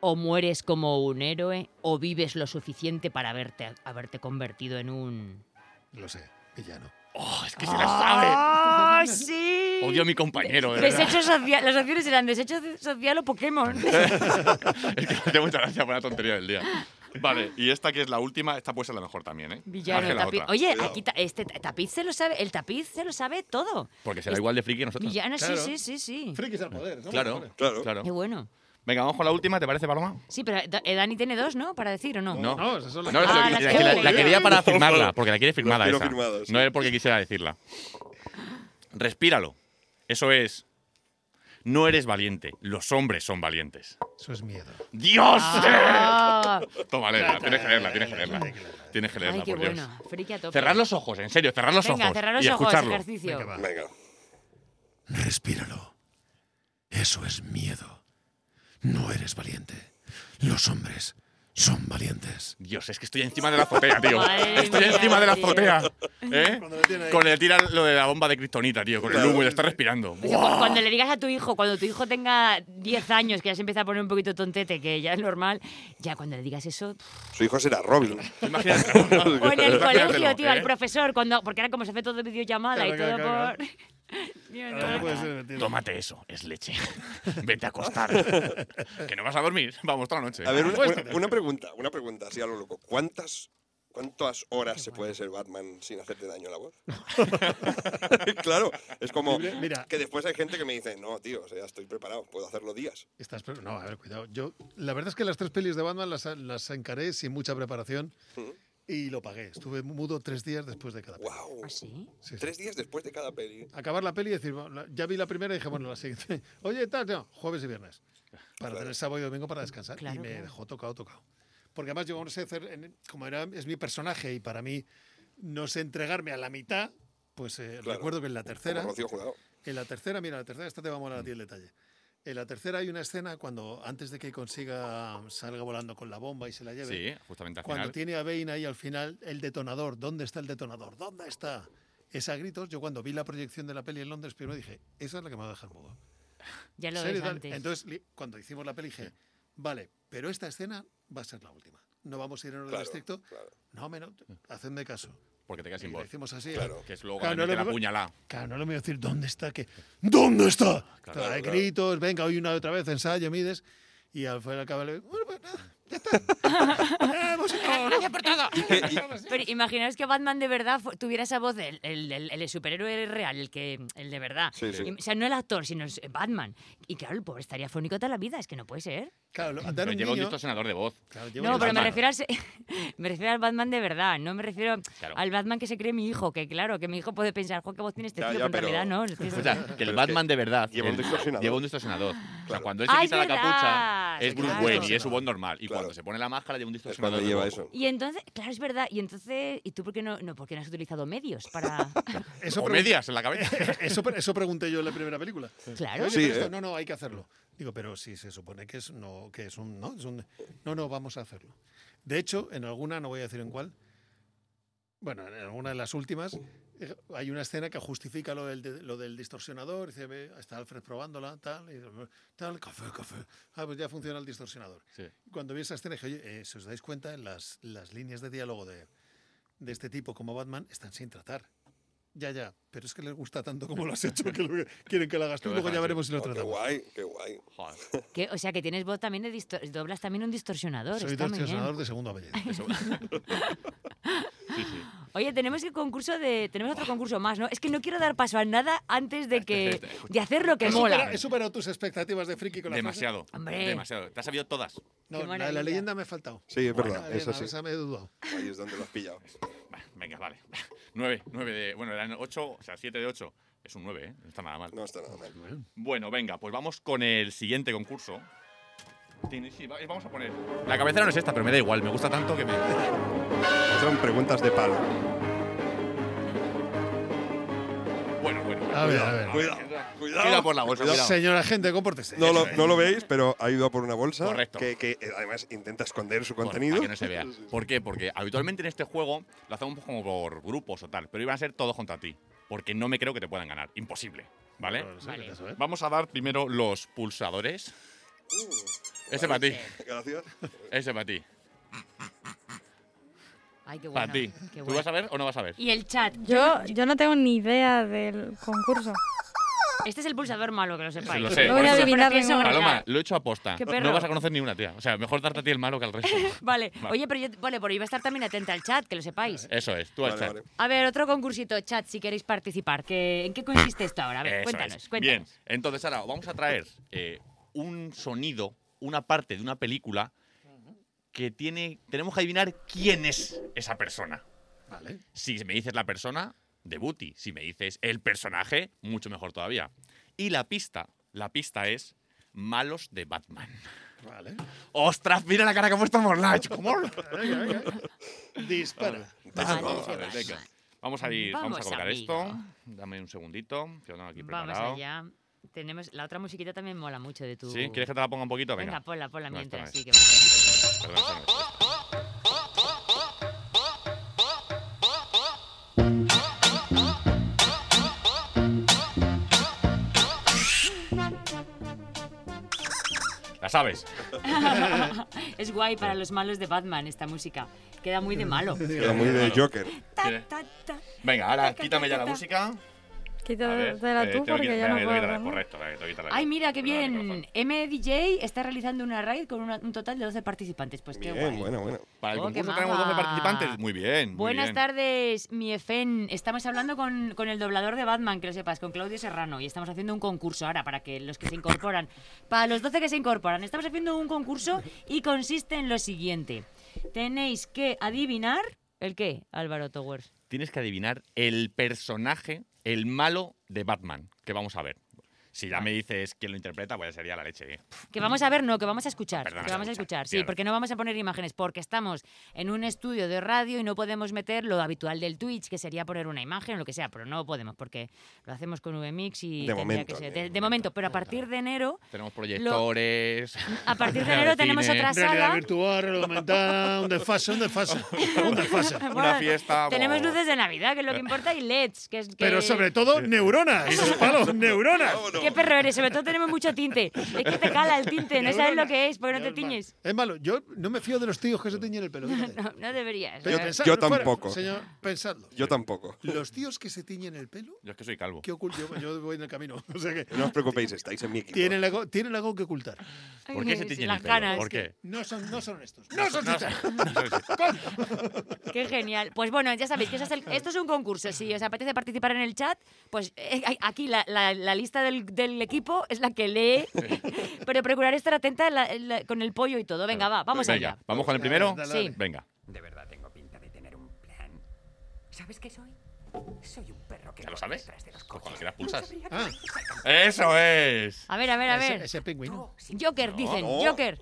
O mueres como un héroe, o vives lo suficiente para haberte, haberte convertido en un.
Lo sé, villano.
Oh, es que se la sabe.
¡Ah, sí!
Odio a mi compañero, de verdad.
Desecho social. Las opciones eran desecho social o Pokémon.
Es que tengo muchas gracias por la tontería del día. Vale, y esta que es la última, esta puede ser la mejor también, ¿eh? Más que
Villano,
la
tapiz.
otra.
Oye,
Cuidado.
aquí ta- este ta- tapiz se lo sabe, el tapiz se lo sabe todo.
Porque será igual de friki que nosotros.
Villano,
Claro.
sí, sí, sí, sí.
Frikis al poder. ¿no?
Claro,
Claro.
claro.
Qué bueno.
Venga, vamos con la última, ¿te parece, Paloma?
Sí, pero Da- eh, Dani tiene dos, ¿no? Para decir o no.
No.
No, esas son las
No, es
Ah,
la,
la
la-
que-
la- la quería para firmarla, porque la quiere
La
firmada
quiero
esa.
firmada, sí.
No es porque quisiera decirla. Respíralo. Eso es. No eres valiente. Los hombres son valientes.
Eso es miedo.
¡Dios!
Ah,
Toma, léela. Tienes que leerla, tienes que leerla. Tienes que leerla,
ay, qué
por Dios.
bueno. Friki a tope.
Cerrar los ojos, en serio, cerrar los
Venga,
ojos.
cerrar los
y
ojos,
escucharlo.
ejercicio.
Venga, va.
Venga.
Respíralo. Eso es miedo. No eres valiente. Los hombres son valientes.
Dios, es que estoy encima de la azotea, tío.
Madre
estoy
mía,
encima de la
tío.
azotea. ¿Eh?
Cuando lo tiene ahí.
Con el tira lo de la bomba de kriptonita, tío. Con el humo y lo está respirando.
Oye, cu- Cuando le digas a tu hijo, cuando tu hijo tenga 10 años, que ya se empieza a poner un poquito tontete, que ya es normal, ya cuando le digas eso.
Su hijo será Robin.
Imagínate.
O en el
Imagínatelo,
colegio, tío,
¿eh?
al profesor, cuando, porque ahora como se hace todo videollamada y todo
Claro, claro, pues,
por. Dios, no.
No puede ser, tío.
Tómate eso, es leche. Vete a acostar. que no vas a dormir. Vamos toda la noche.
A ver, una, una- una pregunta, una pregunta, así a lo loco. ¿Cuántas, ¿Cuántas horas se puede ser Batman sin hacerte daño a la voz? claro, es como
Mira.
que después hay gente que me dice, no, tío, o sea, estoy preparado, puedo hacerlo días.
Estás pre- no, a ver, cuidado. Yo, la verdad es que las tres pelis de Batman las, las encaré sin mucha preparación y lo pagué. Estuve mudo tres días después de cada peli.
¡Wow!
¿Ah, sí?
Sí, ¿Ah, sí.
Tres días después de cada peli.
Acabar la peli y decir, bueno, la- ya vi la primera y dije, bueno, la siguiente. Oye, tal, no, jueves y viernes. Para tener sábado y domingo para descansar.
Claro,
y me
claro.
dejó tocado, tocado. Porque además yo no sé hacer, en- como era, es mi personaje y para mí no sé entregarme a la mitad, pues eh,
Claro.
recuerdo que en la tercera...
Como Mm. Rocío Jurado.
En la tercera, mira, la tercera, esta te va a molar a ti el detalle. En la tercera hay una escena cuando, antes de que consiga, salga volando con la bomba y se la lleve.
Sí, justamente al
Cuando
final.
tiene a Bane ahí al final, el detonador, ¿dónde está el detonador? ¿Dónde está? Es a gritos. Yo cuando vi la proyección de la peli en Londres, primero dije, esa es la que me va a dejar mudo.
Ya lo
Serio,
ves
tal.
antes.
Entonces, li- cuando hicimos la peli, dije, vale, pero esta escena va a ser la última. No vamos a ir en orden
Claro,
estricto.
claro.
No, menos, hacedme caso.
Porque te quedas
Y
sin
lo
voz.
hicimos así.
Claro.
Que es luego
Claro,
cuando
no
mete
lo-
la puñalada.
Claro, no lo voy a decir dónde está, que ¿dónde está? Claro, hay
claro.
gritos, venga, hoy una y otra vez, ensayo, mides. Y al final acaba el- bueno, pues nada,
Gracias por todo.
Pero imaginaos que Batman de verdad fu- tuviera esa voz, el, el- el- el superhéroe real, el, que, el de verdad.
Sí, sí.
Y- o sea, no el actor, sino es Batman. Y claro, el pobre estaría fónico toda la vida, es que no puede ser.
Claro, lo- dar
Pero
un
lleva un
guiño.
distorsionador de voz.
Claro, lleva
No,
un
pero me
guiño.
refiero, al, se- me refiero al Batman de verdad, no me refiero
Claro.
al Batman que se cree mi hijo, que claro, que mi hijo puede pensar, jo, qué voz tiene este
Ya,
tío,
ya,
pero en
pero-
realidad no. es que es-
O sea, que
Pero
el
es
Batman de verdad.
lleva un
el-
distorsionador.
Lleva un distorsionador. O sea, cuando él se
Ah, es
quita la
verdad.
capucha, es
Sí,
Bruce
claro.
Wayne y es su voz normal. Y
Claro.
cuando se pone la máscara lleva un
Es
distorsionador.
cuando
de
lleva
voz.
eso.
Y entonces, claro, es verdad. Y entonces, ¿y tú por qué no, no, por qué no has utilizado medios para...?
Eso
o
pregun-
medias en la cabeza.
Eso, pre- eso pregunté yo en la primera película.
Claro.
Oye,
Sí,
pero esto,
¿eh?
No, no, hay que hacerlo. Digo, pero si se supone que es no, que es un no, es un no, no, vamos a hacerlo. De hecho, en alguna, no voy a decir en cuál, bueno, en alguna de las últimas, eh, hay una escena que justifica lo del, de- lo del distorsionador, dice, "Ve, está Alfred probándola, tal, y, tal, café, café. Ah, pues ya funciona el distorsionador.
Sí.
Y Cuando vi esa escena, dije, oye, eh, si os dais cuenta, las, las líneas de diálogo de, de este tipo como Batman están sin tratar. Ya, ya, pero es que les gusta tanto como lo has hecho que lo- quieren que lo hagas tú.
lo
Luego
dejan
ya
así.
veremos si lo
Oh, qué
tratamos.
guay, qué guay.
Joder.
que- o sea, que tienes voz también de distor- doblas también un distorsionador.
Soy
está muy bien.
distorsionador de segundo apellido.
Sí, sí.
Oye, tenemos que concurso de tenemos otro concurso más, ¿no? Es que no quiero dar paso a nada antes de que
Este,
de hacer lo que
He superado-
mola.
He superado tus expectativas de friki con la frase.
Demasiado.
Hombre.
Demasiado. Te has sabido todas.
Qué
No, la, de
maravilla.
la leyenda me ha faltado.
Sí, es
Bueno,
verdad,
bien,
eso sí.
esa me he dudado.
Ahí es donde lo has pillado.
Vale, Venga, vale. Nueve, nueve de. Bueno, eran ocho, o sea, siete de ocho. Es un nueve, ¿eh? No está nada mal.
No está nada mal.
Bueno, venga, pues vamos con el siguiente concurso. Tiene- sí, va- vamos a poner. La cabecera no es esta, pero me da igual, me gusta tanto que me.
Son preguntas de palo.
Bueno, bueno.
A ver, a ver.
Cuidado, cuidado.
Tira por la bolsa, cuidado.
Señora gente, compórtese.
No lo,
Eso es.
no lo veis, pero ha ido a por una bolsa
Correcto.
Que, que, eh, además intenta esconder su
Bueno,
contenido.
para que no se vea. ¿Por qué? Porque habitualmente en este juego lo hacemos como por grupos o tal, pero iban a ser todos contra ti. Porque no me creo que te puedan ganar. Imposible. ¿Vale?
Bueno, no sé
Vale.
qué es eso, ¿eh?
Vamos a dar primero los pulsadores. Ese para ti.
Gracias.
Ese para ti.
Ay, qué bueno.
Para ti.
qué
¿Tú
bueno.
vas a ver o no vas a ver?
Y el chat.
Yo, yo no tengo ni idea del concurso.
Este es el pulsador malo, que lo sepáis.
lo sé.
Lo voy
Por
a
eso-
adivinar
Pero pienso
de memoria.
Paloma, lo he hecho aposta.
Qué perro.
No vas a conocer ni una, tía. O sea, mejor darte a ti el malo que al resto.
Vale.
Vale.
Oye, pero yo vale, pero iba a estar también atenta al chat, que lo sepáis.
Eso es, tú al
Vale,
chat.
vale.
A ver, otro concursito, chat, si queréis participar. que- ¿En qué consiste esto ahora? A ver,
Eso
cuéntanos,
es.
cuéntanos.
Bien, entonces ahora vamos a traer eh, un sonido, una parte de una película que tiene. Tenemos que adivinar quién es esa persona.
Vale.
Si me dices la persona, de Booty. Si me dices el personaje, mucho mejor todavía. Y la pista, la pista es malos de Batman.
Vale.
¡Ostras! Mira la cara que ha puesto Morlach. ¿Cómo?
Venga, venga. Dispara.
Malos
Vamos a
de
ver,
Batman.
venga. Vamos a ir, vamos,
Vamos,
a colgar
amigo.
esto. Dame un segundito, que lo tengo aquí
Vamos
preparado.
allá. Tenemos la otra musiquita también mola mucho de tu.
¿Sí? ¿Quieres que te la ponga un poquito?
Venga,
Venga,
ponla, ponla
No, esta
mientras.
no
Sí, que...
perdón, esta no es. La sabes.
Es guay para los malos de Batman esta música. Queda muy de malo.
Era muy de Joker.
Ta, ta, ta.
Venga, ahora quítame ya la música. A ver,
Quítatela
eh,
tú
tengo que-
porque yo
espérame,
no
tengo que quitarla,
puedo. ¿no?
Correcto, tengo eh, que quitarla.
Ay, mira, qué
Perdona,
bien.
micrófono.
MDJ está realizando una raid con una- un total de 12 participantes. Pues qué
Bien,
guay.
bueno, bueno.
Para el
Oh, qué
concurso tenemos 12
mala.
participantes. Muy bien. muy
Buenas
bien.
tardes, mi EFEN. Estamos hablando con, con el doblador de Batman, que lo sepas, con Claudio Serrano, y estamos haciendo un concurso ahora para que los que se incorporan, para los 12 que se incorporan, estamos haciendo un concurso y consiste en lo siguiente. Tenéis que adivinar... ¿El qué, Álvaro Towers?
tienes que adivinar el personaje, el malo de Batman, que vamos a ver. Si ya me dices quién lo interpreta, pues sería la leche. ¿eh?
Que vamos a ver, no, que vamos a escuchar.
Perdona,
que vamos a escuchar, sí,
tienes
porque no vamos a poner imágenes, porque estamos en un estudio de radio y no podemos meter lo habitual del Twitch, que sería poner una imagen o lo que sea, pero no podemos, porque lo hacemos con VMix y
De
tendría
momento,
que ser.
de
De, de momento, pero a partir de enero,
Tenemos proyectores.
a partir de enero tenemos
cine.
otra
Realidad
sala.
virtual, realidad aumentada, un desfase, un desfase. Un desfase.
Una fiesta,
Tenemos
vamos.
luces de Navidad, que es lo que importa, y LEDs, que es que-
Pero sobre todo, neuronas. Palo, neuronas.
Qué perro eres, sobre todo tenemos mucho tinte. Es que te cala el tinte, no sabes lo que es, porque no te tiñes.
Es malo. Yo no me fío de los tíos que se tiñen el pelo. fíjate.
No, no deberías.
Pero
¿no?
pensadlo,
yo
no fuera-
tampoco.
señor, pensadlo.
Yo tampoco.
Los tíos que se tiñen el pelo,
Yo es que soy calvo.
¿qué ocultan? Yo, yo voy en el camino. O sea que
No os preocupéis, estáis en mi equipo.
tienen algo, tienen algo que ocultar.
¿Por qué se
Ay,
tiñen
las
el pelo?
ganas,
¿Por
que-
qué?
No son, no son estos. No son
No
estos.
sé, no sé.
Qué genial. Pues bueno, ya sabéis que ese es el- esto es un concurso. Si os apetece participar en el chat, pues eh, hay- aquí la, la- la lista del, del equipo es la que lee. Pero procurar estar atenta la- la- con el pollo y todo. Venga, va, vamos
Venga,
allá.
¿Vamos con el primero?
Dale,
dale. Sí.
Venga.
De verdad tengo pinta de tener un plan. ¿Sabes qué soy? Soy un perro que
¿Ya lo
corre
sabes?
detrás de los
Con
coches.
cualquiera pulsas.
Sabría que
Ah.
me sacan-
¡Eso es!
A ver, a ver, a
Ese-
ver.
Ese pingüino.
No, sí,
Joker, dicen.
no.
Joker.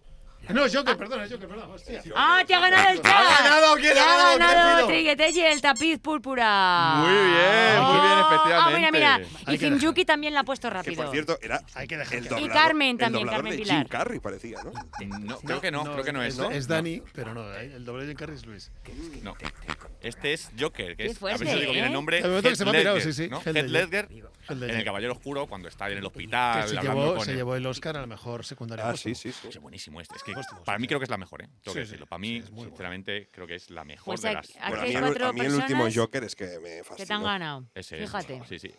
No, es Joker, perdona, es Joker, perdón. Hostia.
¡Ah, te ha ganado el chat!
¡Ha ganado! ¿Quién
¡Te
ha
ha
ganado?
ganado
Tranquilo.
Triguetelli el tapiz púrpura!
Muy bien, muy bien,
Ah, mira, mira.
efectivamente.
Y
Hay que
Finjuki también la ha puesto
Que
rápido.
por cierto, era
Hay que dejar
el
que-
doblador,
Carmen
el
también,
doblador
Carmen
de
Pilar.
Jim Carrey parecía, ¿no?
No, creo que no, creo que no es, ¿no?
Es Dani, pero no, eh, el doble de Jim Carrey es Luis.
No. Este es Joker, que
Qué
es,
fuerte,
a ver si digo bien
¿eh?
el nombre,
El momento que
Heath
se me ha mirado,
Ledger,
sí, sí,
¿no?
Heath
Heath
Ledger.
Ledger,
Heath Ledger.
en El Caballero Oscuro, cuando está en el
Que
hospital,
se
hablando
llevó,
con
se
él.
llevó el Oscar a la mejor secundaria.
Ah, sí,
póstuma.
sí, sí.
Es buenísimo este. Es que
Póstumo,
para
sí,
mí
sí.
creo que es la mejor, ¿eh? Tengo
Sí,
que
sí.
decirlo. Para
Sí,
mí,
es muy
sinceramente, creo que es la mejor
Pues
de
aquí-
las.
aquí
Bueno, a
hay
mí, el-
cuatro
a mí el último
personas
Joker es que me fascinó.
que te han ganado.
Ese es,
Fíjate.
Sí, sí.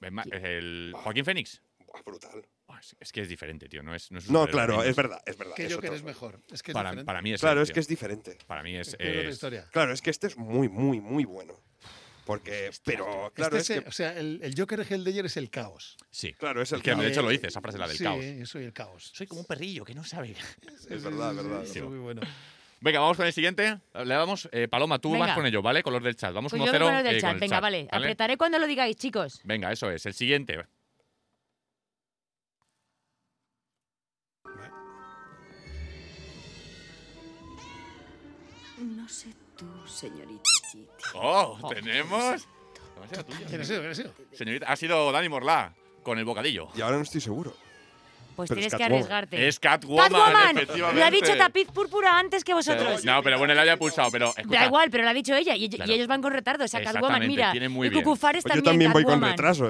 Es más, es el Joaquín Fénix.
Buah, brutal.
Buah, Es es que es diferente, tío. No es. No, es un
No,
superhéroe,
claro,
¿no?
es verdad, es verdad.
Que
es
Joker
otro-
es mejor. Es que es
Para,
diferente.
para mí es.
Claro,
él,
es
tío.
que es diferente.
Para mí es.
Tiene otra
es-
historia.
Claro, es que este es muy, muy, muy bueno. Porque, pero, claro,
Este
es
es el-
que.
O sea, el, el Joker de Heldeyer es el caos.
Sí.
Claro, es el
que de
caos.
hecho lo dice, esa frase la del
sí,
caos.
yo soy el caos.
Soy como un perrillo que no sabe.
Es verdad, es verdad.
Eso es muy bueno.
Venga, vamos con el siguiente. Le damos. eh, Paloma, tú
Venga.
vas con ello, ¿vale? Color del chat. Vamos
Pues yo
1-0.
vengo a los del
eh, con
chat.
el
Venga, vale. Apretaré cuando lo digáis, chicos.
Venga, eso es. El siguiente.
No sé tú, señorita Kitty.
¡Oh! ¡Tenemos!
¿Quién ha sido? ¿Quién ha sido?
Señorita, ha sido Dani Morlá con el bocadillo.
Y ahora no estoy seguro.
Pues
Pero es
tienes que
Catwoman.
arriesgarte.
Es Catwoman,
¡Catwoman!
efectivamente.
Lo ha dicho tapiz púrpura antes que vosotros.
No, pero bueno, él había pulsado, pero escucha,
Da igual, pero lo ha dicho ella. Y, y
Claro.
ellos van con retardo. O sea, Catwoman,
Exactamente,
mira.
tiene muy
y
bien.
Cucufares
Pues yo
también
también voy con
Catwoman.
retraso,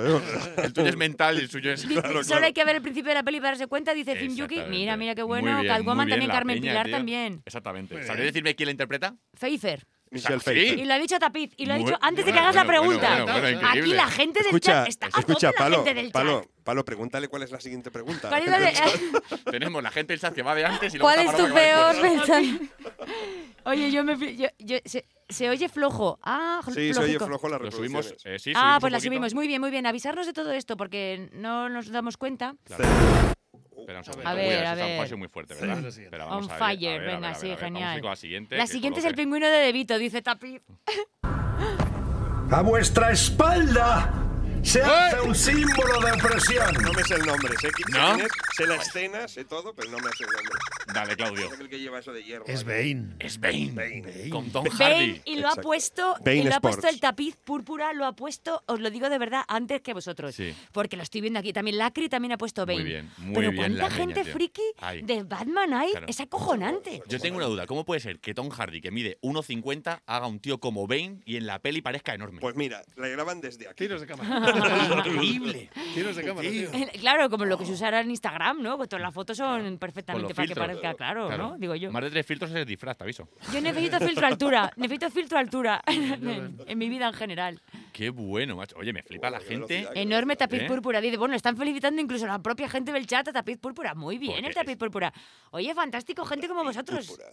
¿eh?
el tuyo es mental y el suyo es...
Dice,
Claro,
Solo
claro.
hay que ver el principio de la peli para darse cuenta. Dice Film Yuki.
Exactamente.
Mira, mira qué
Muy
bueno.
bien, muy
Catwoman
bien,
también,
la
Carmen
peña,
Pilar
tío.
también.
Exactamente.
Muy
¿Sabéis
bien.
decirme quién la interpreta?
Pfeiffer.
Michelle
Sí.
Pfeiffer.
Y lo ha dicho Tapiz. Y lo ha
Muy-
dicho antes de que
bueno,
hagas la
bueno, bueno,
pregunta.
bueno, bueno,
Aquí
increíble.
la gente del
Escucha,
chat está a tope
escucha,
la
Palo,
gente del chat.
Palo, Palo, pregúntale cuál es la siguiente pregunta.
¿Cuál es la de-
Tenemos la gente del chat que va de antes y luego
¿Cuál
está
es tu
Paloma que va
peor
después.
pensamiento?
Oye, yo me. fli- yo- yo- se, se oye flojo. Ah, jol-
Sí, se oye
flojico.
flojo la
Lo subimos...
reproducción.
eh, sí,
ah,
subimos
pues
un
la
poquito.
subimos. Muy bien, muy bien. Avisarnos de todo esto porque no nos damos cuenta.
Espera un
A
segundo.
ver,
Uy, eso
a
es un
ver.
fallo muy fuerte,
Sí,
¿verdad?
lo siguiente.
Pero
On
vamos a ver, a
fire.
ver, a ver,
Venga,
a ver,
sí,
a ver. Vamos
genial.
con la siguiente.
La
que
siguiente es el
coloque.
pingüino de Debito, dice Tapiz.
A vuestra espalda se hace un símbolo de opresión.
No me sé el nombre, sé quién sé
eh. ¿No?
quién es, sé la escena, sé todo, pero no me sé el nombre.
Dale, Claudio.
Es el que lleva eso de hierro.
Es Bane.
Es Bane. Con Tom
Bane,
Hardy.
y lo ha
Exacto.
puesto,
Bane
y lo ha puesto
Sports.
el tapiz púrpura, lo ha puesto, os lo digo de verdad, antes que vosotros.
Sí.
Porque lo estoy viendo aquí. También Lacri también ha puesto
Muy
Bane.
bien, muy
Pero
bien la
cuánta
peña,
gente
tío.
friki
Ay.
de Batman hay,
Claro.
es acojonante.
Yo tengo una duda. ¿Cómo puede ser que Tom Hardy, que mide 1,50, haga un tío como Bane y en la peli parezca enorme?
Pues mira, la graban desde aquí.
Tiros de cámara.
increíble.
Tiros de cámara, tío.
Claro, como lo que se usará en Instagram, ¿no? Que todas las fotos son
Con los
perfectamente para que
filtros.
parezca claro, ¿no? Digo yo.
Más de tres filtros es el disfraz, te aviso.
Yo necesito filtro altura, necesito filtro altura en, en mi vida en general.
Qué bueno, macho. Oye, me flipa la
qué
gente.
velocidad.
Enorme tapiz
¿Eh?
púrpura. Dice, bueno, están felicitando incluso a la propia gente del chat a tapiz púrpura. Muy bien,
Porque
el tapiz
es-
púrpura. Oye, fantástico, gente como vosotros.
Púrpura.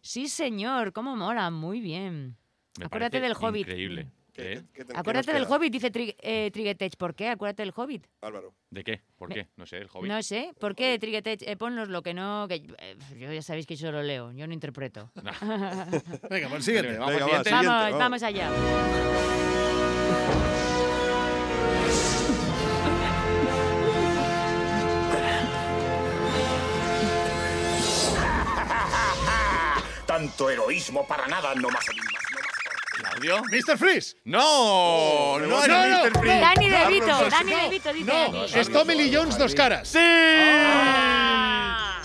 Sí, señor, cómo mola, muy bien.
Me
Acuérdate
parece
del Hobbit.
Increíble.
¿Qué-
¿Eh?
qué te- qué
Acuérdate
nos
del
queda,
Hobbit, dice Tri- eh, Triguetech. ¿Por qué? Acuérdate del Hobbit.
Álvaro.
¿De qué? ¿Por qué? No sé, el Hobbit.
No sé. ¿Por qué, Triguetech? Eh, ponnos lo que no... Que, eh, yo ya sabéis que yo solo leo, yo no interpreto.
Venga, pues siguiente.
Vamos al
Venga, va,
siguiente.
siguiente,
Vamos,
vamos.
vamos allá.
Tanto heroísmo para nada, no más enigmas, no más.
Claudio.
¡Mr. Freeze!
Oh,
No, no, es
no, no.
Mr. Freeze.
Dani DeVito,
no,
Dani
no,
DeVito, dice
No,
Dani.
es Tommy Lee Jones dos caras.
¡Sí! este!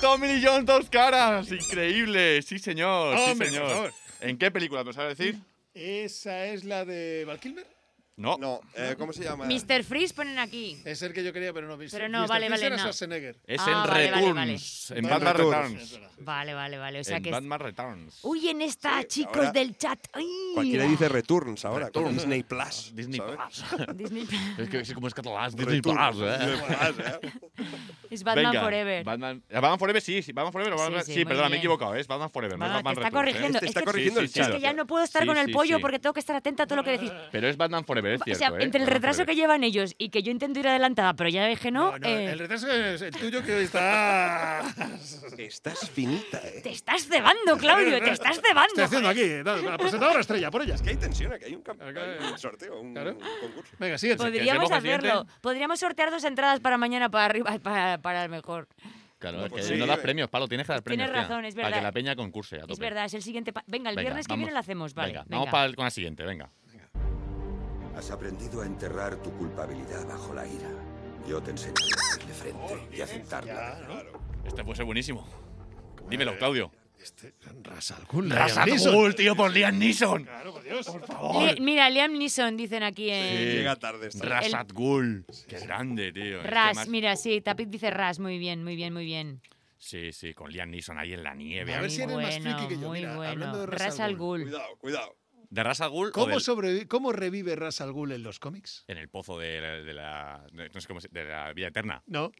Tommy Lee Jones, dos caras. Increíble. Sí, señor.
Hombre,
sí,
por
señor.
favor.
¿En qué película nos sabes decir?
Esa es la de Val Kilmer.
No.
No, eh, ¿cómo se llama?
Mr. Freeze ponen aquí.
Es el que yo quería, pero no he visto.
Pero no,
Mr.
vale,
Freeze
vale,
era
no.
Schwarzenegger.
Es
Ah,
en
vale, vale, vale.
Returns. En
Batman
Batman
Returns.
Returns.
Vale, vale, vale. O sea
En
que es-
Batman Returns.
Uy, en esta,
Sí,
chicos
ahora
del chat. Ay.
Cualquiera dice Returns ahora, con
Returns.
Disney Plus.
Disney
¿sabes?
Plus.
Disney
es que es como es catalán. Disney Plus,
Returns,
¿eh?
Disney Plus, ¿eh?
Es Batman
Venga,
Forever.
Batman, eh, Batman Forever, sí, sí, Batman Forever. o
Sí,
Batman-
sí,
sí,
muy
perdona, me
bien.
he equivocado. Es Batman Forever, no es
Batman, te
Batman
está
Returns, ¿eh?
corrigiendo.
Este
Es
está
que-
corrigiendo
Sí,
el
sí,
chat.
Es que ya no puedo estar
Sí,
con el
sí,
pollo
sí.
porque tengo que estar atenta a todo lo que decís.
Pero es Batman Forever, es
O
cierto.
sea,
¿eh?
entre el
Batman
retraso que
Forever.
llevan ellos y que yo intento ir adelantada, pero ya dije no,
No, no,
eh,
el retraso es el tuyo que hoy está.
Estás finita, ¿eh?
te estás cebando, Claudio, te estás cebando.
Estoy haciendo aquí, eh, dale, la presentadora estrella, por ellas.
Es que hay tensión, aquí hay un, camp-
Claro,
hay
claro.
un sorteo, un,
Claro.
un concurso.
Venga, siguiente.
Joder.
Podríamos
¿Hacemos el
hacerlo.
siguiente?
Podríamos sortear dos entradas para mañana para arriba para, para el mejor.
Claro,
No,
es que
pues
no
sí,
das
eh.
premios, Palo, tienes que dar premios.
Tienes
tía,
razón, es
Para
verdad.
que la peña concurse a tope.
Es verdad, es el siguiente. pa- Venga, el
Venga,
viernes que
vamos.
viene lo hacemos, vale.
Venga, vamos para el- con la siguiente, venga.
Has aprendido a enterrar tu culpabilidad bajo la ira. Yo te enseñaré a hacerle frente y aceptarla.
Este puede ser buenísimo. Dímelo, Claudio.
Este, Ras al Ghul, Liam
Rasad
Neeson.
Ghoul, tío, por Liam Neeson.
Claro, por Dios. Por favor.
Le- mira, Liam Neeson dicen aquí en
Sí.
Llega tarde esta.
Rasad Ghoul. Qué grande, tío. Es que
Ras.
más-
Mira, sí, Tapit dice Ras. Muy bien, muy bien, muy bien.
Sí, sí, con Liam Neeson ahí en la nieve.
A ver
Muy
si eres más
bueno,
friki que yo.
muy
Mira, hablando
bueno.
de Ras
Ras
al
al Ghul.
Cuidado, cuidado.
¿De Rasad Ghoul? o
¿Cómo,
del-
sobrevi- ¿Cómo revive Ras al Ghul en los cómics?
En el pozo de la, de la- de- no sé cómo se- de la Villa Eterna.
No,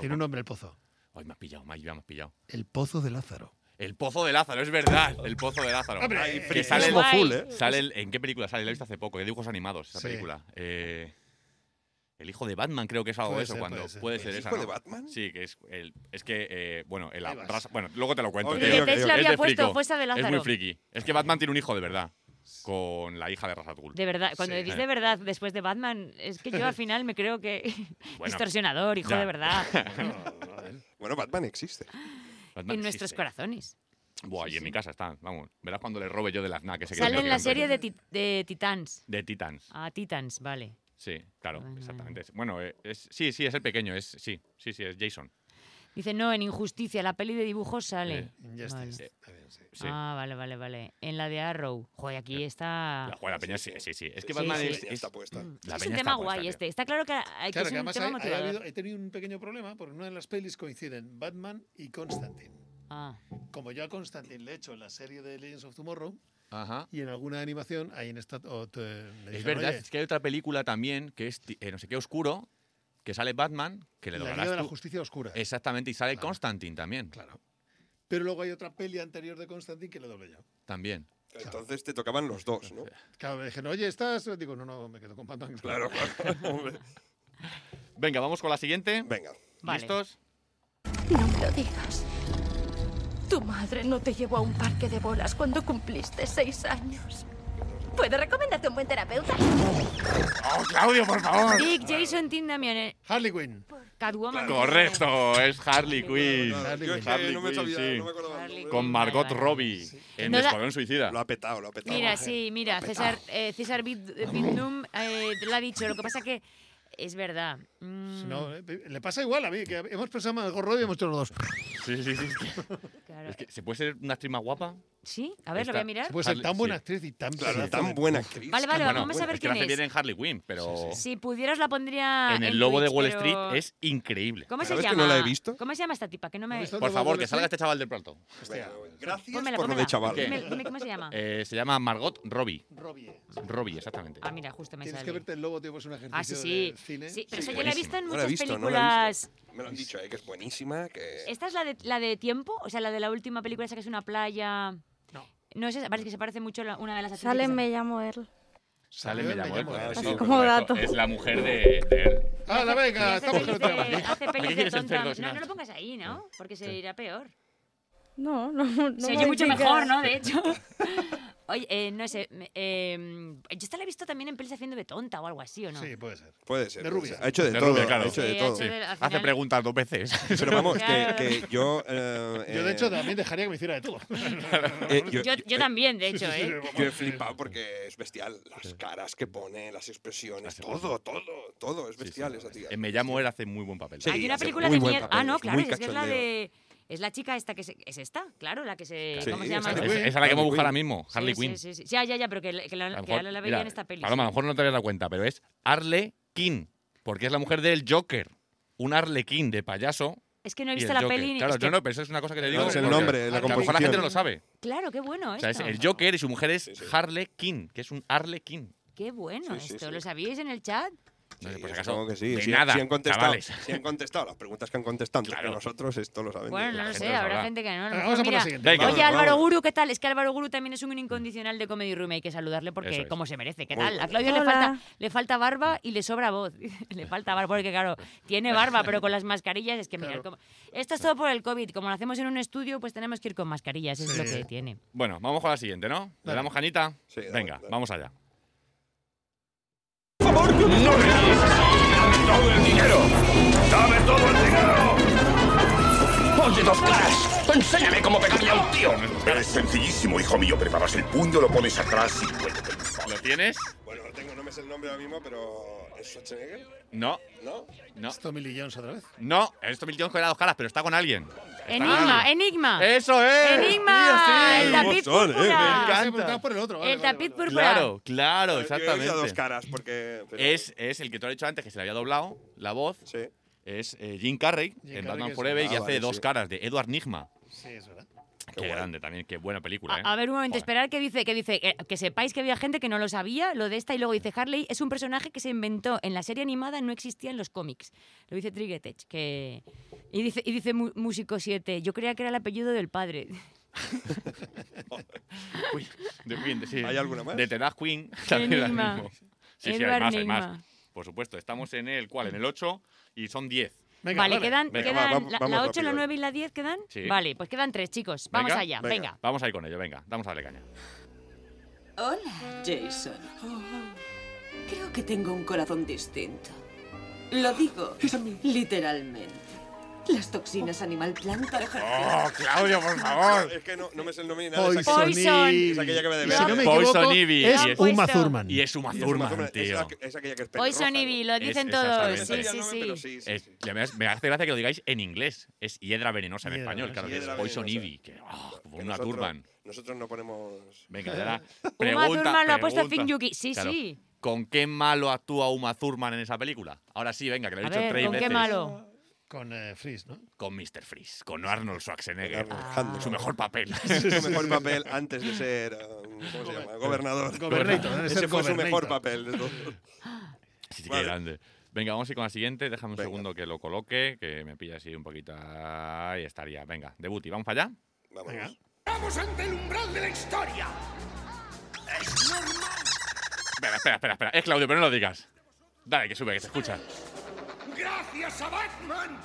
tiene un nombre el pozo.
Ay, me has pillado, me has, me has pillado.
El pozo de Lázaro.
El pozo de Lázaro, es verdad. El pozo de Lázaro. Ay, que sale,
guay.
full, ¿eh?
sale el- ¿En qué película sale? La he visto hace poco, de dibujos animados, esa
Sí.
película. Eh, el hijo de Batman, creo que es algo
Puede
de eso.
ser,
cuando
puede ser,
puede
puede
ser
ser.
esa,
¿Hijo de
¿no?
Batman?
Sí, que es. el- es que, eh, bueno, el- la
Ahí vas.
raza- bueno, luego te lo cuento.
Ok,
tío.
ok,
Que Tesla
ok.
Es
había
de
puesto
frico.
fuerza de
Es muy
Lázaro.
friki. Es que Batman tiene un hijo de verdad. Con la hija de Razat Ghul.
De verdad, cuando
Sí.
decís de verdad después de Batman, es que yo al final me creo que.
Bueno,
distorsionador, hijo
ya.
de verdad.
Bueno, Batman existe.
Batman
en nuestros
existe.
corazones.
Buah, y en mi casa está. Vamos, verás cuando le robe yo de la FNAC. que se quedó
Sale en la
mirando.
serie de, Tit- de Titans.
De Titans.
Ah, Titans, vale.
Sí, claro,
Bueno,
exactamente. Bueno, eh, es, sí, sí, es el pequeño. Es, sí, sí, sí, es Jason.
Dice, no, en Injusticia, la peli de dibujos sale.
Ya está.
Vale.
ya está, está bien, sí.
Sí.
Ah, vale, vale, vale. En la de Arrow. Joder, aquí
Eh,
está.
La Juana Peña, sí, sí, sí. Es que
Sí,
Batman
sí.
es.
Ya
es-
está puesta.
la
es
peña
un
está
tema
puesta,
guay
tío.
este. Está claro que, hay- que
Claro,
es
que
un
además
tema
hay- hay
motivador.
habido- he tenido un pequeño problema porque en una de las pelis coinciden Batman y Constantine.
Ah,
Como yo a Constantine le he hecho en la serie de Legends of Tomorrow
Ajá.
y en alguna animación ahí en esta. o te- me
Es
dijeron,
verdad,
"Oye,
es que hay otra película también que es ti- eh, no sé qué oscuro, que sale Batman, que le
la Liga de
lograrás
la
tú.
Justicia Oscura.
Exactamente, y sale
Claro.
Constantine también.
Claro. Pero luego hay otra peli anterior de Constantine que le doble yo.
También.
Entonces te tocaban los dos, ¿no?
Claro, me dijeron, oye, ¿estás? Digo, no, no, me quedo con Batman.
Claro, claro. Hombre.
Venga, vamos con la siguiente.
Venga.
vale.
¿Listos?
No me lo digas. Tu madre no te llevó a un parque de bolas cuando cumpliste seis años.
¿Puedo recomendarte un buen terapeuta?
¡Oh, Claudio, por favor!
Dick, Jason, Tim, Damian, eh,
Harley Quinn.
Catwoman.
Correcto, es Harley Quinn.
Harley
Yo
Quinn.
es que
Harley
no me
Quinn,
sabía,
sí.
no me acordaba.
Harley
el nombre.
Con Margot
Vale, vale.
Robbie en
No la-
Escuadrón Suicida.
Lo ha petado, lo ha petado.
Mira, sí, mira, César, eh, César Bid- Bidnum eh, lo ha dicho. Lo que pasa que es verdad. Mm,
Si no, eh, le pasa igual a mí, que hemos pensado más gorro y hemos hecho los dos.
Sí, sí, sí. sí.
claro.
Es que, ¿Se puede ser una actriz más guapa?
Sí, a ver, lo voy a
Esta-
mirar.
Puede ser
Harley-
tan buena
sí.
actriz y tan,
Claro,
pedazo de-
tan buena actriz.
Vale, vale,
Bueno,
vamos a ver
es
quién
que la hace bien
es.
en Harley Quinn, pero
Si pudiera, os la pondría.
en el
Ah, en
Lobo de
Twitch,
Wall
pero-
Street es increíble.
¿Cómo se
¿Sabes
llama?
que no la he visto?
¿Cómo se llama esta tipa? Que no
¿No
me.
has visto
Por
el
favor,
Lobo
que
de
salga
Wall
este chaval del plato.
Street? Hostia,
Gracias
Pónmela,
por lo
pónmela.
de chaval.
¿Qué?
Dime, dime cómo se llama.
Eh, se llama Margot Robbie.
Robbie.
Robbie, exactamente.
Ah, mira, justo me
Tienes
sale.
que verte el lobo, tío, pues un ejercicio
Ah, sí, sí.
de cine.
Sí, pero esa yo la he visto en
No la
muchas
he visto, no la he
películas.
visto. Me lo han dicho, eh, que es buenísima, que...
¿Esta es la de, la de tiempo? O sea, la de la última película esa que es una playa.
No.
No es esa, parece que se parece mucho a una de las actrices
Sale,
que
me llamo Earl.
Sale
Ah,
me llamo él,
llamo
claro,
Así
sí,
como
correcto.
dato.
Es la mujer de, de él.
¡Hala, venga!
Hace
Estamos
pelis
con
de,
otra peli.
hace pelis
qué
de
quieres ser
tonta.
cerdo si
No,
no?
no lo pongas ahí, ¿no? Porque se irá peor.
No, no, no.
se
me
oye mucho
digas.
mejor, ¿no? De hecho. Oye, eh, no sé. me- eh, yo esta la he visto también en pelis haciendo de tonta o algo así, ¿o no?
Sí, puede ser.
Puede ser.
De
puede
rubia.
ser. Ha hecho de,
De
todo,
rubia, claro.
ha hecho de
Sí, ha
todo.
hecho de- al
Hace
final-
preguntas dos veces.
Pero vamos, que,
Claro.
que yo... eh,
Yo, de hecho,
eh,
también dejaría que me hiciera de todo.
eh,
Yo, yo también, de hecho, ¿eh?
Yo he flipado porque es bestial. Las caras que pone, las expresiones, todo, todo, todo. Es bestial esa tía.
Eh, me llamo él hace muy buen papel.
Sí.
Hay una
hace
película
muy
de
buen
mierda.
papel,
Ah, no,
es
claro,
muy
es que es la
cachondeo.
de. Es la chica esta que se- es esta, claro, la que se.
Sí,
¿Cómo se llama?
es
Es, esa es la que
Harley
hemos buscado
Quinn.
ahora mismo,
Sí,
Harley
sí,
Quinn.
Sí, sí, Ya, ya, ya, pero que, la- que la,
A lo
que
mejor-
la- la
mira,
veía en esta peli.
Paloma, a
sí.
lo mejor no te habías dado cuenta, pero es Arlequín, porque es la mujer del Joker. Un Arlequín de payaso.
Es que no he
y
visto
el
la
Joker.
peli ni.
Claro,
es que-
no, no, pero eso es una cosa que te digo.
es el
porque
nombre, la
a lo mejor la gente
composición.
no lo sabe.
Claro, qué bueno
O
esto.
sea, es el Joker y su mujer es Harley Quinn, que es un Arlequín.
Qué bueno
Sí, sí,
esto.
sí.
¿Lo sabíais en el chat?
No sé,
Sí,
por si
yo
acaso.
supongo que sí.
De
si,
nada,
si han contestado,
chavales.
si han contestado las preguntas que han contestado antes
Claro.
que nosotros, esto lo saben.
Bueno,
de-
no lo
gente
sé,
lo
habrá
sabrá.
gente que no. A lo
Venga,
mejor,
vamos a por la
mira,
siguiente.
Venga.
Oye,
Vamos,
Álvaro
vamos.
Guru, ¿qué tal? Es que Álvaro Guru también es un incondicional de Comedy Room, hay que saludarle porque
Eso es.
como se merece. ¿Qué
Muy
tal? A Claudio le
bien.
falta,
Hola.
le falta barba y le sobra voz. le falta barba porque, claro, tiene barba, pero con las mascarillas es que, mira, como- esto es todo por el COVID. Como lo hacemos en un estudio, pues tenemos que ir con mascarillas, es lo
Sí.
que tiene.
Bueno, vamos con la siguiente, ¿no? ¿Le
Dale.
damos Janita?
Sí, dale,
Venga,
dale.
vamos allá.
¡Dame todo el dinero! ¡Dame todo el dinero! ¡Somos de dos caras! ¡Enséñame cómo pegarle a un tío! Es sencillísimo, hijo mío. Preparas el puño, lo pones atrás y
¿Lo tienes?
Bueno, lo tengo, no me sé el nombre ahora mismo, pero. ¿Es Schwarzenegger?
No.
¿No?
No.
¿Es Tommy Lee Jones otra vez?
Ah.
No, he visto mil millones con las dos caras, pero está Eh, con alguien.
Enigma, enigma.
¡Eso es!
Enigma, el tapiz
son, eh, me
púrpura.
encanta.
Ah, sí, preguntaba por el otro. vale,
El
vale,
tapiz
vale.
púrpura.
Claro, claro, exactamente.
Yo he oído dos caras, porque. pero-
Es, es el que tú has dicho antes, que se le había doblado la voz.
Sí.
Es eh, Jim Carrey
Jim
en
Carrey, que
Batman
es-
Forever y
ah,
hace
vale,
dos
sí.
caras de Edward Nigma.
Sí, es verdad.
Qué,
guay.
grande también, qué buena película, ¿eh?
A, a ver, un momento,
Joder.
esperar que dice, que dice, eh, que sepáis que había gente que no lo sabía, lo de esta, y luego dice Harley es un personaje que se inventó en la serie animada, no existía en los cómics. Lo dice Trigetech, que. Y dice, y dice Mu- Músico 7, yo creía que era el apellido del padre.
Uy, de Queen, sí.
¿Hay alguna más?
De The Dark Queen. también era el
Enigma.
mismo. Sí, sí, hay
Edward
más, hay
Nigma.
más. Por supuesto, estamos en el cual, en el 8 y son 10.
Venga,
vale, quedan,
venga,
quedan
va, va-
la-
vamos
la 8, la
rápido.
9 y la 10 quedan.
Sí.
Vale, pues quedan tres, chicos. Vamos
Venga,
allá,
venga.
venga.
Vamos ahí con ello, venga, vamos a darle caña.
Hola, Jason. Creo que tengo un corazón distinto. Lo digo literalmente. Las toxinas animal-planta.
¡Oh, Claudio, por
No, Es que no, no me sé el nombre ni nada. de esa
Poison.
Ivy.
Es aquella que me debes.
Si no me
Poison
equivoco,
Ivy.
es
Y es-
Uma
puesto.
Thurman.
Y es Uma
Y es una forma-
Thurman, tío.
Es, la- es aquella que es
Hoy
pelirroja,
son
¿no?
Ivy, lo
Es-
dicen todos.
exactamente.
Sí,
Ya
sí,
no me-
sí.
pero sí, sí,
Es-
sí.
y además me hace gracia que lo digáis en inglés. Es hiedra venenosa en
Hiedra
español, claro. que
venenosa.
Es Poison
Hiedra venenosa.
Ivy. Que,
Que
ah, como una
nosotros-
turban.
Nosotros no ponemos.
Venga, ya la
Uma
pregunta,
Thurman lo ha puesto
pregunta.
Finn Yuki. Sí,
Claro.
sí.
¿Con qué malo actúa Uma Thurman en esa película? Ahora sí, venga, que lo he
A
dicho
ver,
tres
¿con qué
veces.
malo?
Con eh, Freeze, ¿no?
Con Mr. Freeze, con Arnold Schwarzenegger. Ah.
Con Arnold Handler.
Su mejor papel.
Su mejor papel antes de ser. um, ¿Cómo se llama? Gobernador.
Gobernator, debe
Ese
ser
fue su
Gobernator.
mejor papel. de todos.
Sí, sí, qué
Vale.
grande. Venga, vamos a ir con la siguiente. Déjame un
Venga.
segundo que lo coloque, que me pilla así un poquito. Ahí estaría. Venga, debuti, ¿vamos para allá?
Venga.
Vamos.
¡Estamos ante el umbral de la historia! ¡Es normal!
Espera, espera, espera, espera. Es Claudio, pero no lo digas. Dale, que sube, que se escucha.
¡Gracias a Batman!